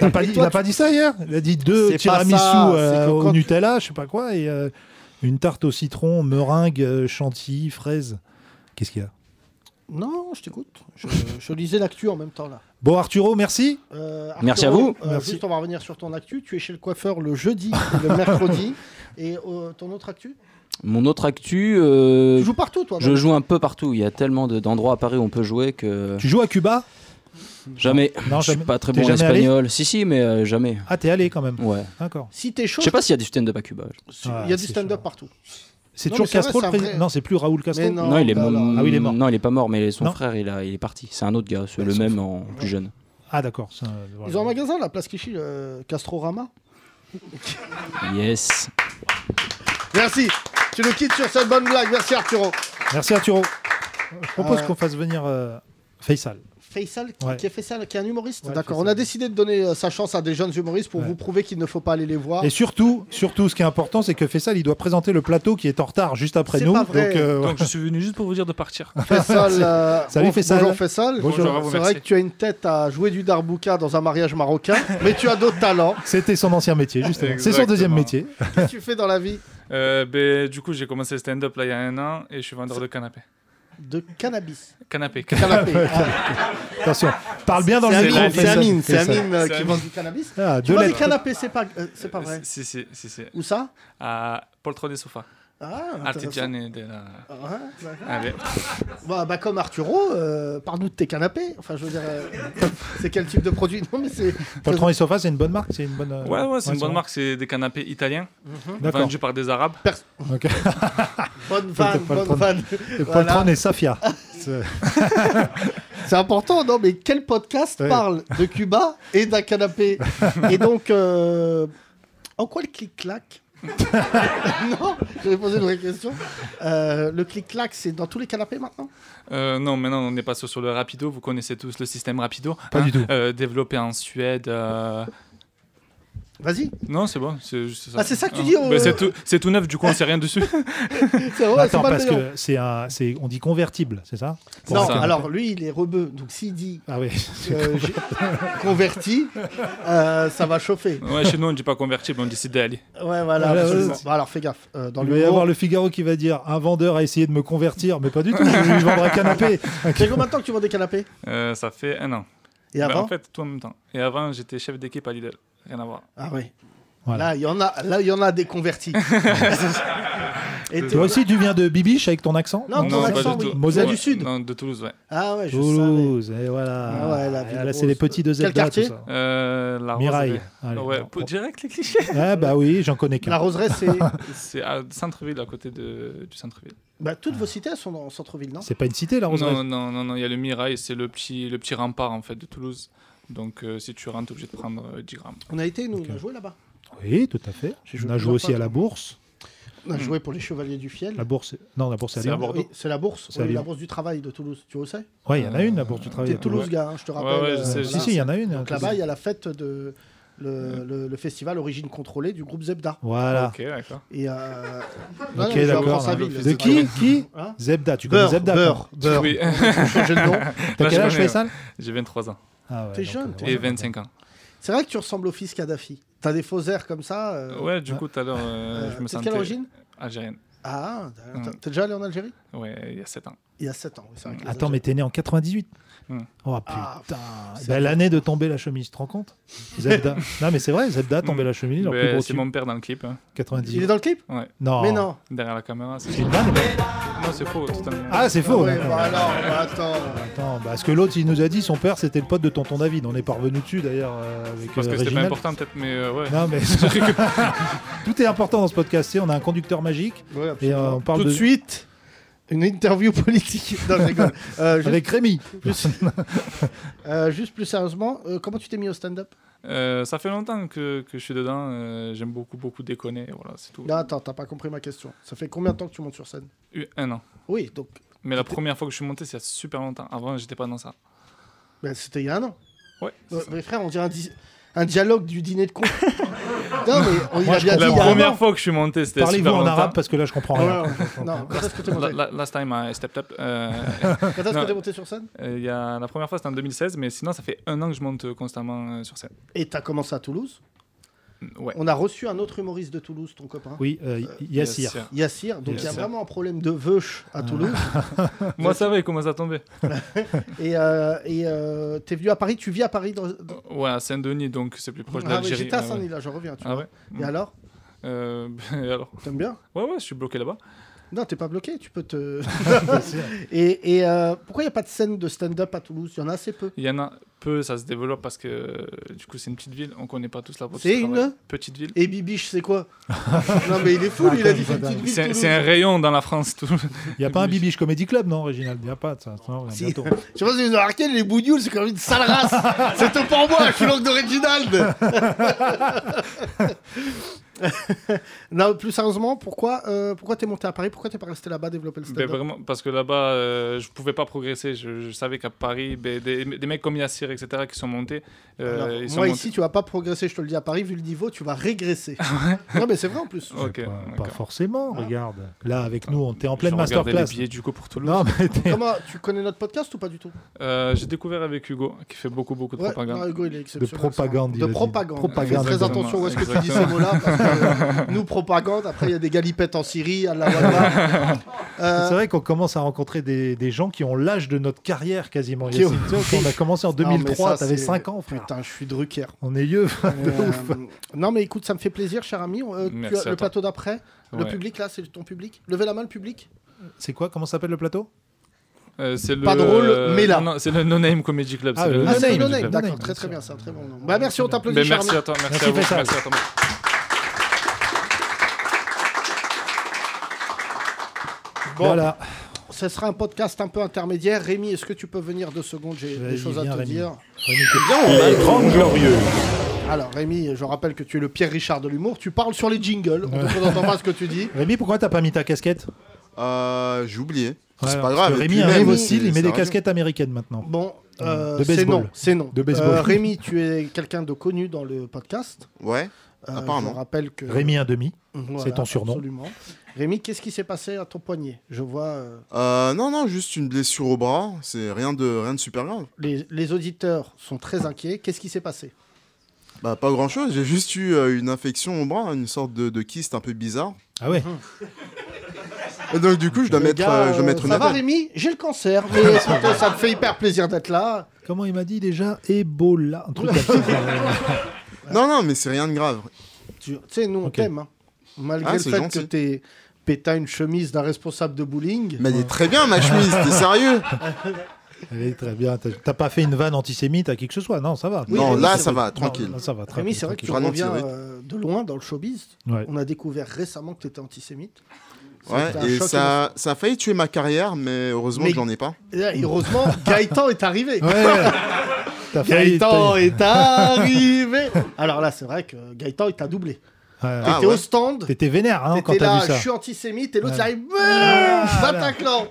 D: T'as pas
C: Et
D: dit-
C: toi,
D: il a
C: tu-
D: pas dit ça hier Il a dit deux
C: C'est pas
D: tiramisu
C: ça,
D: euh,
C: c'est que quand
D: au
C: tu-
D: Nutella, je sais pas quoi, et euh, une tarte au citron, meringue, euh, chantilly, fraise. Qu'est-ce qu'il y a
C: non, je t'écoute. Je, je lisais l'actu en même temps là.
D: Bon, Arturo, merci.
C: Euh,
H: Merci à vous.
C: euh,
D: Merci.
C: Juste, on va revenir sur ton actu. Tu es chez le coiffeur le jeudi et le mercredi. Et euh, ton autre actu
H: Mon autre actu, euh,
C: Tu joues partout, toi.
H: je
C: non
H: joue un peu partout. Il y a tellement de- d'endroits à Paris où on peut jouer que
D: Tu joues à Cuba
H: jamais.
D: Non,
H: je suis
D: jamais.
H: pas très
D: T'es
H: bon en
D: jamais allé
H: espagnol. Si, si, mais euh, jamais.
D: Ah, t'es allé quand même.
H: Ouais.
D: D'accord.
C: Si t'es chaud,
H: Je sais pas s'il y a du stand-up à Cuba.
C: tu- il
D: Ah,
C: y a du
D: c'est
C: stand-up
D: chaud.
C: partout.
D: C'est
C: Non,
D: toujours
C: mais c'est vrai,
D: Castro
C: c'est
D: le
C: un
D: président.
C: vrai-
D: Non, c'est plus Raoul Castro.
C: Mais non.
H: Non, il est,
C: bah
H: mo-
C: alors.
D: Ah oui, il est mort.
H: Non, il est pas mort, mais son
D: Non.
H: frère, il, a, il est parti. C'est un autre gars, c'est
D: Ouais,
H: le
D: son
H: même en plus jeune.
D: Ah, d'accord. ça, euh, voilà.
C: Ils ont un magasin, la place Clichy, euh, Castrorama.
H: Yes.
C: Merci. Tu nous quittes sur cette bonne blague. Merci, Arturo.
D: Merci, Arturo. Je propose
C: Euh,
D: qu'on fasse venir euh, Faisal.
C: Faisal,
D: Ouais.
C: qui est Faisal, qui est un humoriste.
D: Ouais,
C: D'accord. On
D: Faisal.
C: a décidé de donner euh, sa chance à des jeunes humoristes pour
D: Ouais.
C: vous prouver qu'il ne faut pas aller les voir.
D: Et surtout, surtout, ce qui est important, c'est que Faisal, il doit présenter le plateau qui est en retard juste après
C: C'est
D: nous.
C: pas vrai.
D: Donc, euh,
I: Donc je suis venu juste pour vous dire de partir.
C: Ah. Faisal, euh,
D: Salut,
C: bon-
D: Faisal.
C: Bonjour Faisal.
I: Bonjour. Bonjour à vous,
C: C'est vrai
I: merci.
C: que tu as une tête à jouer du darbouka dans un mariage marocain, mais tu as d'autres talents.
D: c'était son ancien métier, justement. C'est son
I: Exactement.
D: deuxième métier.
C: Qu'est-ce que tu fais dans la vie
I: Euh, ben, du coup, j'ai commencé le stand-up là il y a un an et je suis vendeur de canapé.
C: De cannabis.
I: Canapé.
C: Canapé. Ah,
D: Attention, Parle bien dans
C: C'est
D: le micro.
C: Amine,
D: fais
C: c'est
D: ça.
C: Amine, c'est
D: Fais ça.
C: Amine euh,
I: C'est
C: qui
I: Amine.
C: vend du cannabis.
D: Ah,
C: Tu
D: de
C: vends des
D: lettres.
C: canapés, c'est pas, euh, c'est pas vrai.
I: Si, si, si, si.
C: Où ça
I: À Poltron et Sofa.
C: Ah, intéressant.
I: Artigiane de la.
C: Ah, d'accord.
I: Allez.
C: Bah, bah, comme Arturo, euh, parle-nous de tes canapés. Enfin, je veux dire, euh, c'est quel type de produit Non, mais c'est.
D: Poltron et Sofa, c'est une bonne marque, c'est une bonne. euh,
I: Ouais, ouais, c'est une bonne
D: bon.
I: marque. C'est des canapés italiens
D: D'accord.
I: vendus par des Arabes.
D: Ok.
C: Bonne vanne,
D: Poltron.
C: bonne vanne.
D: Et
C: Voilà.
D: Poltron et Safia. C'est-
C: C'est important, non Mais quel podcast
D: Ouais.
C: parle de Cuba et d'un canapé Et donc, euh, en quoi le clic-clac Non, j'avais posé une vraie question. Euh, le clic-clac, c'est dans tous les canapés maintenant
I: Euh, non, maintenant on est passé sur le Rapido. Vous connaissez tous le système Rapido.
D: Pas du tout.
I: Euh, développé en Suède. euh,
C: Vas-y.
I: Non, c'est bon. C'est juste ça.
C: Ah, c'est ça que tu dis,
I: Ah.
C: euh,
I: Bah, c'est, tout, c'est tout neuf, du coup on sait rien dessus.
C: C'est vrai, c'est
D: Attends,
C: pas le
D: parce
C: meilleur.
D: que c'est un, c'est, on dit convertible, c'est ça Pour
C: Non,
D: un canapé.
C: alors lui, il est rebeu. Donc s'il dit
D: Ah oui.
C: euh, j'ai- converti, euh, ça va chauffer.
I: Ouais, chez nous on dit pas convertible, on dit Sidali.
C: Ouais, voilà.
D: Ouais,
C: absolument.
D: ouais.
C: Bon, alors fais gaffe. Euh, dans
D: Il
C: le
D: va y
C: mot-
D: avoir le Figaro qui va dire un vendeur a essayé de me convertir, mais pas du tout. Je vais lui vendre un canapé.
C: C'est combien de temps que tu vends des canapés
I: Euh, ça fait un an.
C: Et
D: Ben,
I: Bah,
C: avant
I: en fait, tout en même temps. Et avant j'étais chef d'équipe à Lidl. Rien à voir.
C: Ah oui.
D: Voilà.
C: Là, il y en a, là, il y en a des convertis. Et t'es-
D: Toi aussi, tu viens de Bibiche avec ton accent
C: Non, ton
I: pas
C: accent,
I: du
C: oui.
I: tout.
D: Moselle
I: Ouais,
C: du Sud.
I: Non, de Toulouse, ouais.
C: Ah ouais, je savais.
D: Toulouse, et voilà.
C: Ah ouais, la ville
D: Ah, là, c'est
C: rose.
D: les petits deux
C: Quel
D: Zelda,
C: quartier
D: tout ça.
I: Euh, la Rose,
D: Mirail.
I: ouais.
D: Allez,
I: Ouais,
D: non.
I: pour- direct les clichés.
D: Ah bah oui, j'en connais qu'un.
C: La roseraie, c'est.
I: C'est à centre-ville, à côté de, du centre-ville.
C: bah, toutes vos cités elles sont en centre-ville, non
D: C'est pas une cité, la Roseraie
I: Non, non, non, non, il y a le Mirail, c'est le petit, le petit rempart en fait de Toulouse. Donc euh, si tu rentres, t'es obligé de prendre euh, 10 grammes.
C: On a été, nous,
D: Ok.
C: on a joué là-bas.
D: Oui, tout à fait.
C: J'ai joué
D: On a joué
C: plusieurs
D: aussi
C: fois.
D: à la Bourse.
C: On a joué pour les Chevaliers du Fiel.
D: La Bourse, non, la Bourse, c'est à
I: C'est à
D: Lyon.
I: Bordeaux.
C: Oui, c'est la bourse,
D: C'est à
C: oui,
D: Lyon.
C: la bourse du travail de Toulouse, tu vois où c'est
D: Ouais, il y en a une, la Bourse
I: Ah,
D: du
C: T'es
D: Travail.
C: Toulouse,
D: Ouais.
C: gars, hein, je te rappelle.
I: ouais, je sais,
C: euh,
I: je
D: Si,
I: sais.
C: voilà.
D: si, il y en a une. hein,
C: Donc là-bas, il y a la fête de le, le- le festival Origine Contrôlée du groupe Zebda.
D: Voilà.
I: Ok, d'accord.
C: Et euh... non, non,
D: Ok,
C: je reprends
D: d'accord.
C: sa ville.
D: De qui Qui
C: Hein
D: Zebda. Tu connais
C: Beurre,
D: Zebda
C: Beurre,
D: toi
C: Beurre.
I: Oui,
C: Faut changer de nom.
D: T'as quel
I: Là, je
D: âge,
I: connais,
D: Faisal
I: j'ai 23 ans
D: Ah ouais,
C: T'es
D: donc,
C: jeune,
D: euh,
C: toi.
D: ouais,
I: et 25 ans.
C: C'est vrai que tu ressembles au fils Kadhafi. T'as des faux airs comme ça. euh,
I: Ouais, du
D: ouais.
I: coup, tout à l'heure, euh,
C: euh,
I: je me
C: t'es de
I: sentais
C: quelle origine
I: algérienne.
C: Ah, t'as-
D: Hmm.
C: t'as-
I: Mm.
C: t'es déjà allé en Algérie
I: Ouais, il y a 7 ans.
C: Il y a 7 ans. oui, c'est vrai que les
D: Attends, mais
C: Algériens-
D: t'es né en 98
I: Hmm.
D: Oh
C: Ah,
D: putain
C: c'est
D: Bah, L'année de tomber la chemise, tu te rends compte Zebda. non mais c'est vrai, Zebda tombait la chemise, leur plus
I: Ben,
D: gros
I: c'est
D: tube,
I: mon père dans le clip, hein.
D: 98.
C: Il est dans le clip
I: ouais.
D: Non.
C: Mais non.
I: derrière la caméra. C'est...
D: C'est une vanne
I: Non, c'est faux, totalement.
D: Ah c'est faux
C: Ouais,
D: d'accord.
C: bah alors, bah attends.
D: Attends, bah, parce que l'autre il nous a dit son père c'était le pote de tonton David. On est parvenu dessus d'ailleurs euh, avec
I: Parce
D: euh,
I: que c'était pas
D: Réginald.
I: important, peut-être, mais euh, ouais.
D: Non mais tout est important dans ce podcast. c'est- On a un conducteur magique
C: Ouais,
D: et
C: absolument.
D: euh, on parle
C: Tout de
D: de...
C: suite, une interview politique. Non, je rigole. Euh, juste,
D: avec Rémi.
C: plus... Euh, juste plus sérieusement, euh, comment tu t'es mis au stand-up
I: Euh, ça fait longtemps que, que je suis dedans. euh, j'aime beaucoup, beaucoup déconner. Voilà, c'est tout.
C: Non, attends, t'as pas compris ma question. Ça fait combien de temps que tu montes sur scène
I: Eu Un an.
C: Oui, donc
I: Mais la première fois que je suis monté, c'est il y a super longtemps. Avant, j'étais pas dans ça.
C: ben, c'était il y a un an.
I: Ouais. c'est
C: Euh,
I: ça.
C: mais frère, on dirait un, di- un dialogue du dîner de con. non, mais on il
D: Moi,
C: a
D: je
C: bien dit.
I: La
C: il y a un
I: première
C: an.
I: fois que je suis monté, c'était super
D: Parlez-vous en
I: longtemps.
D: arabe parce que là je comprends
C: Ah Ouais,
D: rien.
C: ouais, ouais. Non, quand est-ce que t'es
I: La-
C: monté
I: la- Last time I stepped up. euh,
C: Quand est-ce que
I: Non.
C: t'es monté sur scène
I: euh, il y a, la première fois, c'était en 2016, mais sinon, ça fait un an que je monte euh, constamment euh, sur scène. Mm,
C: Et t'as commencé à Toulouse.
I: Ouais.
C: On a reçu un autre humoriste de Toulouse, ton copain.
D: Oui, euh, Yassir.
I: Yassir.
C: Yassir, donc il y a
I: Yassir. Ah.
C: vraiment un problème de veuche à Toulouse.
I: Moi, ça va, il commence à tomber.
C: Et euh, et, euh, t'es venu à Paris, tu vis à Paris dans...
I: Ouais, à Saint-Denis, donc c'est plus proche de
C: Ah ouais,
I: l'Algérie.
C: J'étais à
I: ouais,
C: Saint-Denis,
I: ouais.
C: là, je reviens. Tu
I: Ah
C: vois.
I: ouais
C: Et
I: Mm.
C: alors
I: Euh, et alors
C: T'aimes bien
I: Ouais, ouais, je suis bloqué là-bas.
C: Non, t'es pas bloqué, tu peux te. et et, euh, pourquoi il n'y a pas de scène de stand-up à Toulouse Il y en a assez peu.
I: Il y en a peu, ça se développe parce que euh, du coup, c'est une petite ville, on connaît pas tous la beauté.
C: C'est
I: du
C: une
I: travail. Petite ville.
C: Et Bibiche, c'est quoi Non, mais il est fou, lui, il a dit c'est une petite ville.
I: Bah, C'est
C: Toulouse.
I: c'est un rayon dans la France. Tout.
D: Il n'y a pas un Bibiche Comedy Club, non, Réginald Il n'y a pas de ça. Non,
C: Si.
D: Ah, bientôt.
C: Je sais pas si vous avez remarqué, les bougnoules, c'est quand même une sale race. c'est tout pour moi, je suis l'oncle de Reginald. non, plus sérieusement, pourquoi, euh, pourquoi t'es monté à Paris Pourquoi t'es pas resté là-bas développer le
I: Ben,
C: stand-up
I: vraiment, parce que là-bas, euh, je pouvais pas progresser. Je, je savais qu'à Paris, ben, des, des mecs comme Yassir, etc., qui sont montés. euh,
C: Alors,
I: ils sont
C: moi
I: montés- Ah
C: ici, tu vas pas progresser, je te le dis à Paris, vu le niveau, tu vas régresser. non, mais c'est vrai en plus.
I: Ok.
D: Pas- pas,
I: d'accord.
D: forcément,
I: Ah.
D: regarde. Là, avec nous, on t'es en
I: Je
D: pleine
I: regardais
D: masterclass.
I: les billets du coup pour Toulouse.
D: Non, mais t'es-
C: Comment, tu connais notre podcast ou pas du tout
I: Euh, J'ai découvert avec Hugo, qui fait beaucoup, beaucoup de
C: Ouais, non,
I: propagande.
C: Hugo, il est
D: de
C: exceptionnel.
D: propagande. il
C: De
D: a dit.
C: propagande.
D: Propagande.
C: Fais très
I: exactement.
C: attention où est-ce que tu dis
I: Exactement.
C: ces mots-là, parce que euh, nous, propagande, après il y a des galipettes en Syrie, Allah Akbar. Euh,
D: C'est vrai qu'on commence à rencontrer des, des gens qui ont l'âge de notre carrière quasiment.
C: Qui ont-
D: Yacine. Tu vois, Quand on a commencé en
C: non, mais
D: 2003,
C: ça,
D: t'avais
C: c'est-
D: 5 ans, frère.
C: Putain, je suis Drucker.
D: On est vieux.
C: Euh, non, mais écoute, ça me fait plaisir, cher ami. Euh, tu
I: Merci
C: as-
I: à
C: le
I: toi.
C: plateau d'après, le
I: Ouais.
C: public là, c'est ton public. Levez la main, le public.
D: C'est quoi Comment s'appelle le plateau
I: Euh, c'est le-
C: Pas drôle, mais là.
I: non, non, c'est le No Name Comedy Club.
D: Ah,
I: c'est
D: le
I: le
D: No
C: Ah, c'est
D: Name,
C: le
D: je
C: name.
D: fais.
C: D'accord,
D: No Name,
C: très très
D: bien
C: bien, c'est un très bon nom. Bah, merci, on t'applaudit,
I: Mais
C: cher
I: merci
C: ami.
I: à toi, merci,
D: Merci,
I: à vous,
D: Faisal.
I: merci à toi.
C: Bon.
D: Voilà.
C: Ce sera un podcast un peu intermédiaire. Rémi, est-ce que tu peux venir deux secondes J'ai
D: Vas-y,
C: des choses à
D: viens,
C: te
D: Rémi.
C: dire.
D: Rémi, t'es-
F: Les 30 Glorieuses.
C: Alors, Rémi, je rappelle que tu es le Pierre Richard de l'humour. Tu parles sur les jingles. On ne entend pas ce que tu dis.
D: Rémi, pourquoi t'as pas mis ta casquette
G: Euh, J'ai oublié.
D: Ouais,
G: c'est pas
D: parce
G: grave.
D: que
G: et
D: Rémi
G: puis
D: arrive
G: même,
D: aussi, il
G: c'est-
D: met
G: ça
D: des
G: rajoute.
D: casquettes américaines maintenant.
C: Bon, euh,
D: De
C: c'est
D: baseball.
C: non. C'est non.
D: De baseball.
C: Euh, Rémi, tu es quelqu'un de connu dans le podcast.
G: Ouais.
C: Euh,
G: Apparemment.
C: Je rappelle que.
D: Rémi, un demi.
C: Voilà,
D: c'est ton surnom.
C: Absolument. Rémi, qu'est-ce qui s'est passé à ton poignet Je vois euh,
G: Euh, non, non, juste une blessure au bras. C'est rien de, rien de super grave.
C: les, les auditeurs sont très inquiets. Qu'est-ce qui s'est passé
G: Bah, pas grand chose. J'ai juste eu euh, une infection au bras, une sorte de, de kyste un peu bizarre.
D: Ah ouais
G: Et donc, du coup, je dois
C: Le
G: mettre,
C: gars,
G: euh, je dois
C: euh,
G: mettre une
C: Ça va,
G: attelle.
C: Rémi J'ai le cancer, mais écoute, ça me fait hyper plaisir d'être là.
D: Comment il m'a dit déjà Ebola. Un truc comme ça.
G: Non, non, mais c'est rien de grave.
C: Tu tu sais, nous, on
D: Ok.
C: t'aime. hein. Malgré
G: Ah,
C: le
G: c'est
C: fait
G: gentil.
C: que t'aies péta une chemise d'un responsable de bowling.
G: Mais elle est très bien, ma chemise. T'es sérieux
D: Allez, très bien. T'as- T'as pas fait une vanne antisémite à qui que ce soit Non, ça va.
C: Oui,
G: Non,
C: Rémi,
G: là,
C: c'est
G: ça
C: vrai.
G: va, tranquille.
D: Non, ça va. tranquille,
C: Rémi, c'est vrai que tu
D: tranquille.
G: tranquille.
C: reviens
G: Ralentir,
C: euh, de loin dans le showbiz.
D: Ouais.
C: On a découvert récemment que tu étais antisémite.
G: Ouais,
C: C'était un
G: et
C: choc
G: ça, ça a failli tuer ma carrière, mais heureusement
C: Mais-
G: que j'en ai pas.
C: Et là, heureusement, Gaëtan est arrivé.
D: Ouais. T'as failli-
C: Gaëtan
D: t'as-
C: est arrivé. Alors là, c'est vrai que Gaëtan, il t'a doublé.
D: Ouais.
G: Ah
C: T'étais
G: ouais.
C: au stand,
D: T'étais vénère hein, quand
C: t'étais
D: t'as
C: là,
D: vu ça.
C: je suis antisémite, et l'autre,
D: Ouais.
C: il arrive,
D: Ah, là.
C: Bataclan.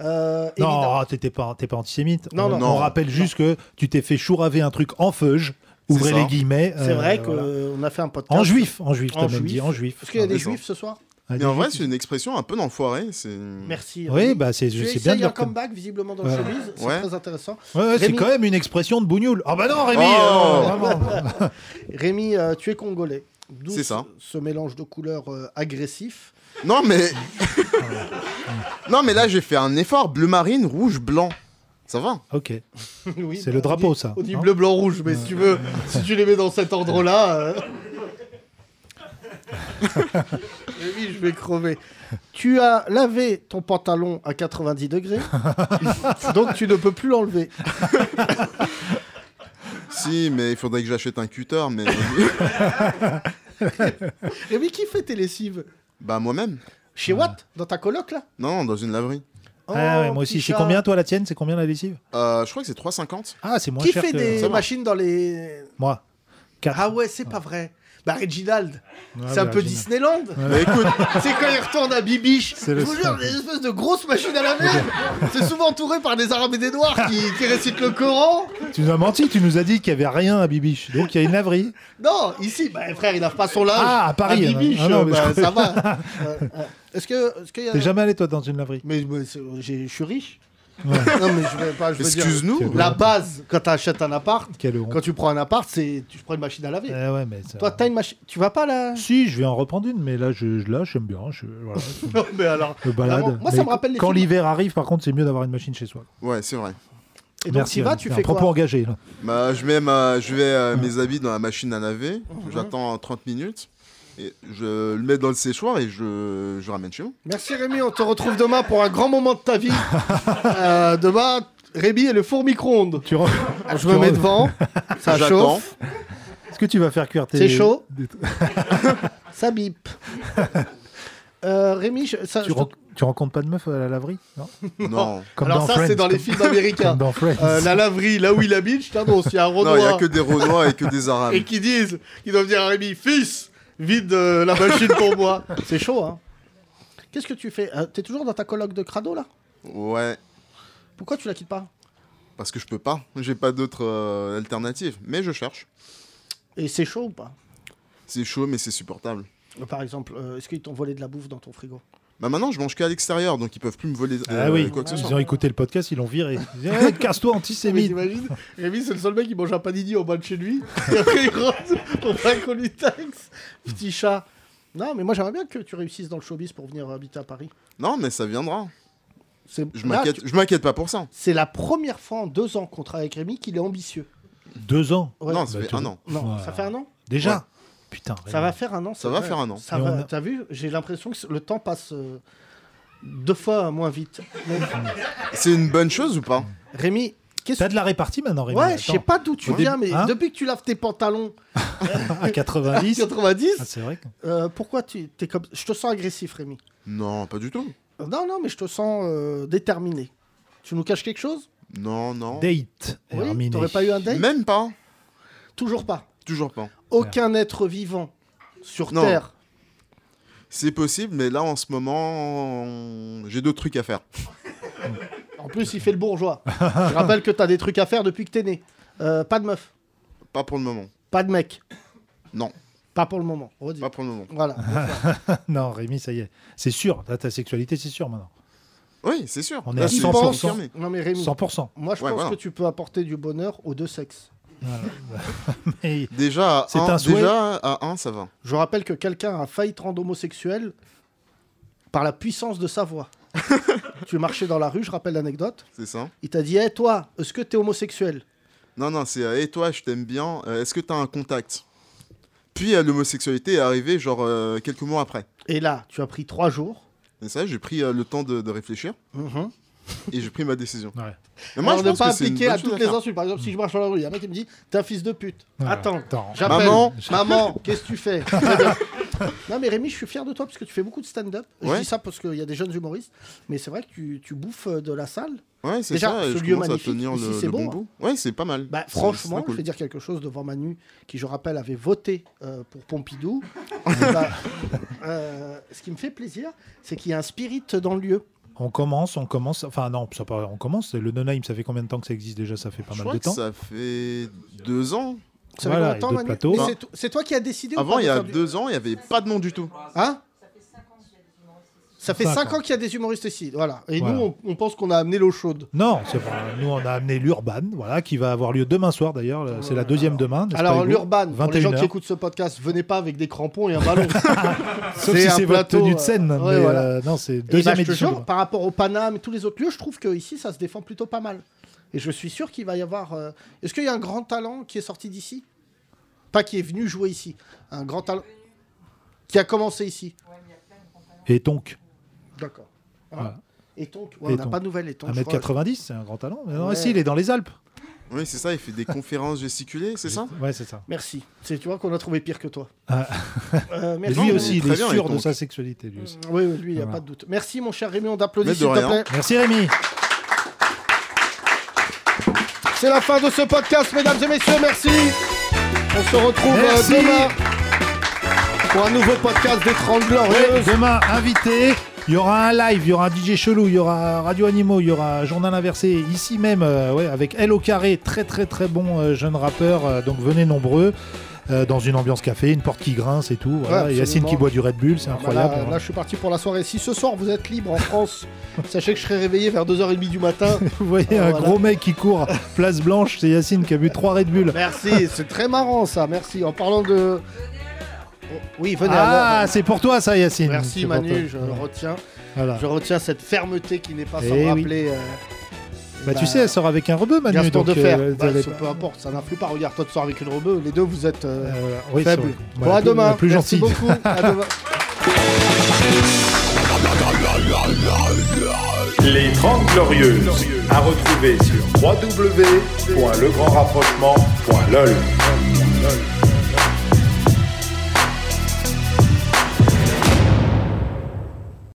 C: Euh, évidemment.
D: Non, ah, t'étais pas, t'es pas antisémite.
C: Non,
D: on,
C: non.
D: on
G: Non.
D: rappelle juste que tu t'es fait chouraver un truc en feuge. Ouvrez
G: ça.
D: les guillemets.
C: C'est
D: euh,
C: vrai qu'on
D: voilà.
C: a fait un podcast.
D: En juif, en juif, t'as
C: En
D: même
C: juif.
D: dit, en juif.
C: Est-ce qu'il y a
G: Ah,
C: des
G: d'accord.
C: juifs ce soir
D: Ah,
G: Mais
D: des
G: en vrai,
D: juifs.
G: c'est une expression un peu d'enfoirée. C'est...
C: Merci.
D: Oui,
C: Rémi.
D: bah c'est
C: tu
D: c'est
C: essayes
D: bien de
C: un
D: leur com-
C: comeback visiblement dans le
D: Ouais.
C: showbiz, c'est
G: Ouais.
C: très intéressant.
D: Ouais, ouais, c'est
C: Rémi.
D: quand même une expression de bougnoule. Ah bah non, Rémi
G: Oh.
D: euh, vraiment.
C: Rémi, euh, tu es congolais. D'où
G: C'est ça.
C: ce- Ce mélange de couleurs euh, agressif.
G: Non, mais. non, mais là, j'ai fait un effort. Bleu marine, rouge, blanc. Ça va
D: Ok,
C: Oui,
D: c'est
C: bah,
D: le
C: on
D: drapeau,
C: dit-
D: ça.
C: On dit
D: hein.
C: bleu, blanc, rouge, mais si tu veux, si tu les mets dans cet ordre-là. euh. Rémi, je vais crever. Tu as lavé ton pantalon à 90 degrés, donc tu ne peux plus l'enlever.
G: Si, mais il faudrait que j'achète un cutter, mais.
C: Rémi, qui fait tes lessives
G: bah, moi-même.
C: Chez Watt Dans ta coloc, là
G: Non, non, dans une laverie.
D: Ah ouais,
C: Oh,
D: moi aussi,
C: petit
D: c'est
C: chat.
D: combien toi la tienne C'est combien la lessive
G: Euh, je crois que c'est 3,50.
D: Ah, c'est moins
C: Qui
D: cher
C: fait
D: que
C: des
G: Ça va.
C: machines dans les...
D: moi. Quatre.
C: Ah ouais, c'est pas vrai. Bah, Reginald,
D: Ouais,
C: c'est un
D: bah,
C: peu
D: génial.
C: Disneyland.
G: Mais écoute,
C: C'est quand il retourne à Bibiche. Je
D: C'est le
C: vous jure,
D: seul.
C: des espèces de grosses machines à laver. C'est souvent entouré par des Arabes et des Noirs qui, qui récitent le Coran.
D: Tu nous as menti, tu nous as dit qu'il n'y avait rien à Bibiche. Donc il y a une laverie.
C: Non, ici, bah, frère, il lave pas son linge.
D: Ah, à Paris,
C: À Bibiche,
D: ah non, mais
C: bah,
D: je
C: ça va. Euh, euh, Est-ce que, est-ce qu'il y a.
D: T'es jamais allé toi dans une laverie
C: Mais, mais c'est- j'ai- je suis riche. Non, mais je vais pas. Je veux dire,
G: excuse-nous.
C: La base, quand tu achètes un appart,
D: Quelle honte.
C: quand tu prends un appart, c'est tu prends une machine à laver.
D: Eh ouais, mais ça-
C: Toi, t'as une machine. Tu vas pas là
D: Si, je vais en reprendre une, mais là, je, je- là, j'aime bien. Je, voilà, je
C: Non, mais alors.
D: me balade.
C: Vraiment, moi, ça
D: Mais
C: me rappelle les
D: Quand
C: films.
D: l'hiver arrive, par contre, c'est mieux d'avoir une machine chez soi.
G: Ouais, c'est vrai.
C: Et donc, tu y vas,
D: Alain.
C: tu
D: C'est
C: fais
D: un propos
C: quoi
D: engagé. là.
G: Bah, je mets ma- je vais euh, mes habits dans la machine à laver. J'attends 30 minutes. Et je le mets dans le séchoir et je, je ramène chez moi.
C: Merci Rémi, on te retrouve demain pour un grand moment de ta vie. Euh, demain, Rémi et le four micro-ondes. Ah,
D: Tu re-
C: Je me
D: tu
C: mets
D: re-
C: devant, ça
G: J'attends.
C: chauffe,
D: Est-ce que tu vas faire cuire tes.
C: c'est chaud, Ah,
D: des-
C: ça bip. Euh, Rémi, je- ça,
D: Tu,
C: je-
D: ren- tu rencontres pas de meuf à la laverie Non.
G: Non.
D: Comme
C: alors
D: dans
C: ça
D: Friends,
C: c'est dans les
D: comme-
C: films américains.
D: Comme dans Friends.
C: Euh, la laverie, là où il habite, je t'annonce, il y a un
G: Non,
C: Renoir
G: il n'y a que des Renois et que des Arabes.
C: et qui disent, qui doivent dire à Rémi, fils, vide euh, la machine pour moi. C'est chaud, hein. Qu'est-ce que tu fais Euh, T'es toujours dans ta colloque de crado là
G: Ouais,
C: Pourquoi tu la quittes pas
G: parce que je peux pas. J'ai pas d'autre euh, alternative. Mais je cherche.
C: Et c'est chaud ou pas
G: C'est chaud, mais c'est supportable.
C: Par exemple, euh, est-ce qu'ils t'ont volé de la bouffe dans ton frigo
G: Bah maintenant, je mange qu'à l'extérieur, donc ils peuvent plus me voler euh,
D: ah oui,
G: quoi que ce
D: ils
G: soit.
D: ont écouté le podcast, ils l'ont viré. Ils disaient, Eh,
C: Ah
D: Casse-toi,
C: Mais
D: antisémite.
C: t'imagines Rémi, c'est le seul mec qui mange un panini au bas de chez lui. Et après, il rentre pour pas qu'on lui taxe. Petit chat. Non, mais moi j'aimerais bien que tu réussisses dans le showbiz pour venir habiter à Paris.
G: Non, mais ça viendra.
C: C'est
G: Je
C: là,
G: m'inquiète,
C: tu-
G: je m'inquiète pas pour ça.
C: C'est la première fois en deux ans qu'on travaille avec Rémi qu'il est ambitieux.
D: Deux ans
C: Ouais.
G: non, ça
D: Bah,
G: fait
D: tu-
G: un an.
C: Non,
D: Ouais.
C: ça fait un an
D: déjà.
G: Ouais.
D: Putain.
C: Ça va faire un an.
G: Ça
C: c'est
G: va
C: vrai.
G: faire un an.
C: Ça
D: Et
C: va-
D: on a-
C: T'as vu J'ai l'impression que le temps passe euh, deux fois moins vite. Mais-
G: C'est une bonne chose ou pas
C: Rémi, qu'est-ce
D: T'as
C: que
D: de la répartie maintenant, Rémi
C: Ouais, je sais
D: attends.
C: pas d'où tu
D: Au
C: viens,
D: début-
C: mais
D: Hein
C: depuis que tu laves tes pantalons
D: À 90.
C: 90,
D: Ah, c'est vrai. que-
C: euh, pourquoi tu es comme. Je te sens agressif, Rémi.
G: Non, pas du tout.
C: Euh, Non, non, mais je te sens euh, déterminé. Tu nous caches quelque chose
G: Non, non.
D: Date.
C: Oui.
D: Herminé.
C: T'aurais pas eu un date
G: Même pas.
C: Toujours pas.
G: Toujours pas.
C: Aucun être vivant sur
G: Non.
C: Terre.
G: C'est possible, mais là en ce moment, on- j'ai d'autres trucs à faire.
C: En plus, il fait le bourgeois. je rappelle que t'as des trucs à faire depuis que t'es né. Euh, pas de meuf,
G: Pas pour le moment.
C: pas de mec.
G: Non.
C: Pas pour le moment. Redis.
G: Pas pour le moment.
C: Voilà.
D: Non, Rémi, ça y est. C'est sûr. Là, ta sexualité, c'est sûr maintenant.
G: Oui, c'est sûr.
D: On est
G: Là,
D: à
G: c'est
D: 100%.
G: confirmé.
C: Non, mais Rémi,
D: 100%.
C: moi, je
G: Ouais,
C: pense
G: voilà.
C: que tu peux apporter du bonheur aux deux sexes.
D: Mais
G: Déjà
D: C'est
G: à un,
D: un souhait.
G: déjà à un, ça va.
C: Je rappelle que quelqu'un a failli te rendre homosexuel par la puissance de sa voix. tu marchais dans la rue, je rappelle l'anecdote.
G: C'est ça.
C: Il t'a dit Hé, toi, est-ce que t'es homosexuel
G: Non, non, c'est euh, et toi, je t'aime bien. euh, Est-ce que t'as un contact Puis euh, l'homosexualité est arrivée genre euh, quelques mois après.
C: Et là, tu as pris trois jours.
G: C'est ça, j'ai pris euh, le temps de, de réfléchir et j'ai pris ma décision.
D: Ouais.
C: Moi,
G: Mais Mhm. moi,
C: Alors,
G: je
C: ne
G: pense
C: pas
G: que c'est une
C: appliquer
G: bonne
C: à
G: chose
C: toutes
G: à
C: les
G: faire.
C: insultes. Par exemple, si je marche dans la rue, il y a un mec qui me dit T'es un fils de pute.
D: Ouais.
C: Attends.
D: Attends.
C: J'appelle.
G: Maman.
C: Maman, qu'est-ce que tu fais Très bien. Non, mais Rémi, je suis fier de toi parce que tu fais beaucoup de stand-up. Je
G: Ouais.
C: dis ça parce qu'il y a des jeunes humoristes. Mais c'est vrai que tu, tu bouffes euh, de la salle.
G: Ouais, c'est
C: Déjà,
G: ça. et
C: ce
G: je
C: lieu
G: commence à
C: magnifique,
G: tenir
C: ici,
G: le,
C: c'est
G: le bon
C: bon,
G: bout. Ouais, c'est pas mal.
C: Bah,
G: C'est-
C: franchement,
G: c'est cool.
C: je vais dire quelque chose devant Manu, qui, je rappelle, avait voté euh, pour Pompidou. Eh ben, euh, ce qui me fait plaisir, c'est qu'il y a un spirit dans le lieu.
D: On commence, on commence. Enfin, non, ça pas, on commence. Le non ça fait combien de temps que ça existe déjà Ça fait pas
G: Je
D: mal
G: crois
D: de
G: que
D: temps.
G: ça fait deux ans.
C: Ça
D: Voilà,
C: fait
D: et
C: combien de temps,
D: deux plateaux.
C: Manu Mais c'est to- C'est toi qui as décidé ou
G: Bah, Avant,
C: pas
G: il y
C: de
G: a
C: faire du-
G: deux ans, il n'y avait pas de nom du tout.
C: Hein ça fait 5 ans qu'il y a des humoristes ici, voilà. Et
D: Voilà.
C: nous, on, on pense qu'on a amené l'eau chaude.
D: Non, c'est pas- nous on a amené l'Urban, voilà, qui va avoir lieu demain soir d'ailleurs. Le- C'est la deuxième demain. n'est-ce pas,
C: Alors,
D: Hugo
C: l'urban, pour les gens
D: 21
C: qui écoutent ce podcast, venez pas avec des crampons et ben, un ballon.
D: Sauf si
C: un
D: c'est votre
C: plateau,
D: tenue de
C: euh,
D: scène.
C: ouais,
D: mais,
C: voilà.
D: euh, non, c'est
C: Et bah,
D: deuxième
C: je te
D: édition.
C: jure, par rapport au Paname et tous les autres lieux, je trouve qu'ici, ça se défend plutôt pas mal. Et je suis sûr qu'il va y avoir. euh, Est-ce qu'il y a un grand talent qui est sorti d'ici Pas qui est venu jouer ici. Un grand talent. Qui a commencé ici.
D: Et donc,
C: D'accord. Voilà.
D: Voilà.
C: Et donc, ouais,
D: Et
C: on n'a
D: donc.
C: pas de nouvelles. Et donc, je crois-
D: 1m90, c'est un grand talent. Mais non,
C: Ouais.
D: si, il est dans les Alpes.
G: Oui, c'est ça, il fait des conférences gesticulées, c'est ça
D: Ouais, c'est ça.
C: Merci. C'est- Tu vois qu'on a trouvé pire que toi.
D: Ah.
C: Euh,
D: Et
C: merci.
D: lui
G: mais
D: aussi, il
G: très
D: est
G: bien,
D: sûr
G: et
D: de
G: donc.
D: sa sexualité, lui aussi.
C: Oui, oui, lui, il n'y a
D: Voilà.
C: pas de doute. Merci, mon cher Rémi, on t'applaudit,
G: Mais de
C: s'il te
G: rien.
C: plaît.
D: Merci Rémi.
C: C'est la fin de ce podcast, mesdames et messieurs, merci. On se retrouve euh,
D: Merci.
C: demain pour un nouveau podcast des 30 Glorieuses.
D: Demain, invité, il y aura un live, il y aura un DJ chelou, il y aura Radio Animaux, il y aura un Journal Inversé, ici même, euh, ouais, avec Elle au carré, très très très bon euh, jeune rappeur, euh, donc venez nombreux, euh, dans une ambiance café, une porte qui grince et tout, voilà,
C: Ouais,
D: et Yacine
C: absolument.
D: qui boit du Red Bull, c'est
C: Ah,
D: incroyable. hein.
C: Voilà, là, je suis parti pour la soirée. Si ce soir vous êtes libre en France, sachez que je serai réveillé vers 2h30 du matin.
D: Vous voyez
C: Ah,
D: un
C: voilà.
D: gros mec qui court, place blanche, c'est Yacine qui a bu trois Red Bull.
C: Merci, c'est très marrant ça. Merci. En parlant de. Oh, Oui, venez à
D: Ah,
C: l'heure.
D: c'est pour toi ça Yacine.
C: Merci
D: C'est pour toi.
C: Manu, je retiens,
D: Voilà.
C: je retiens cette fermeté qui n'est pas sans
D: Eh oui.
C: rappeler. euh,
D: Bah, tu sais, elle sort avec un rebeu Manu.
C: Gaston
D: donc,
C: Defer.
D: euh,
C: Bah,
D: elle est-
C: ça, peu importe, ça n'influe pas. Regarde, toi, tu sors avec une rebeu. Les deux, vous êtes euh,
D: Euh, oui, c'est
C: faibles.
D: vrai.
C: Bon,
D: Voilà,
C: à
D: plus-
C: demain.
D: Plus
C: Merci
D: gentil.
C: beaucoup. À demain.
F: Les 30 Glorieuses. À retrouver sur www.legrandrapprochement.lol.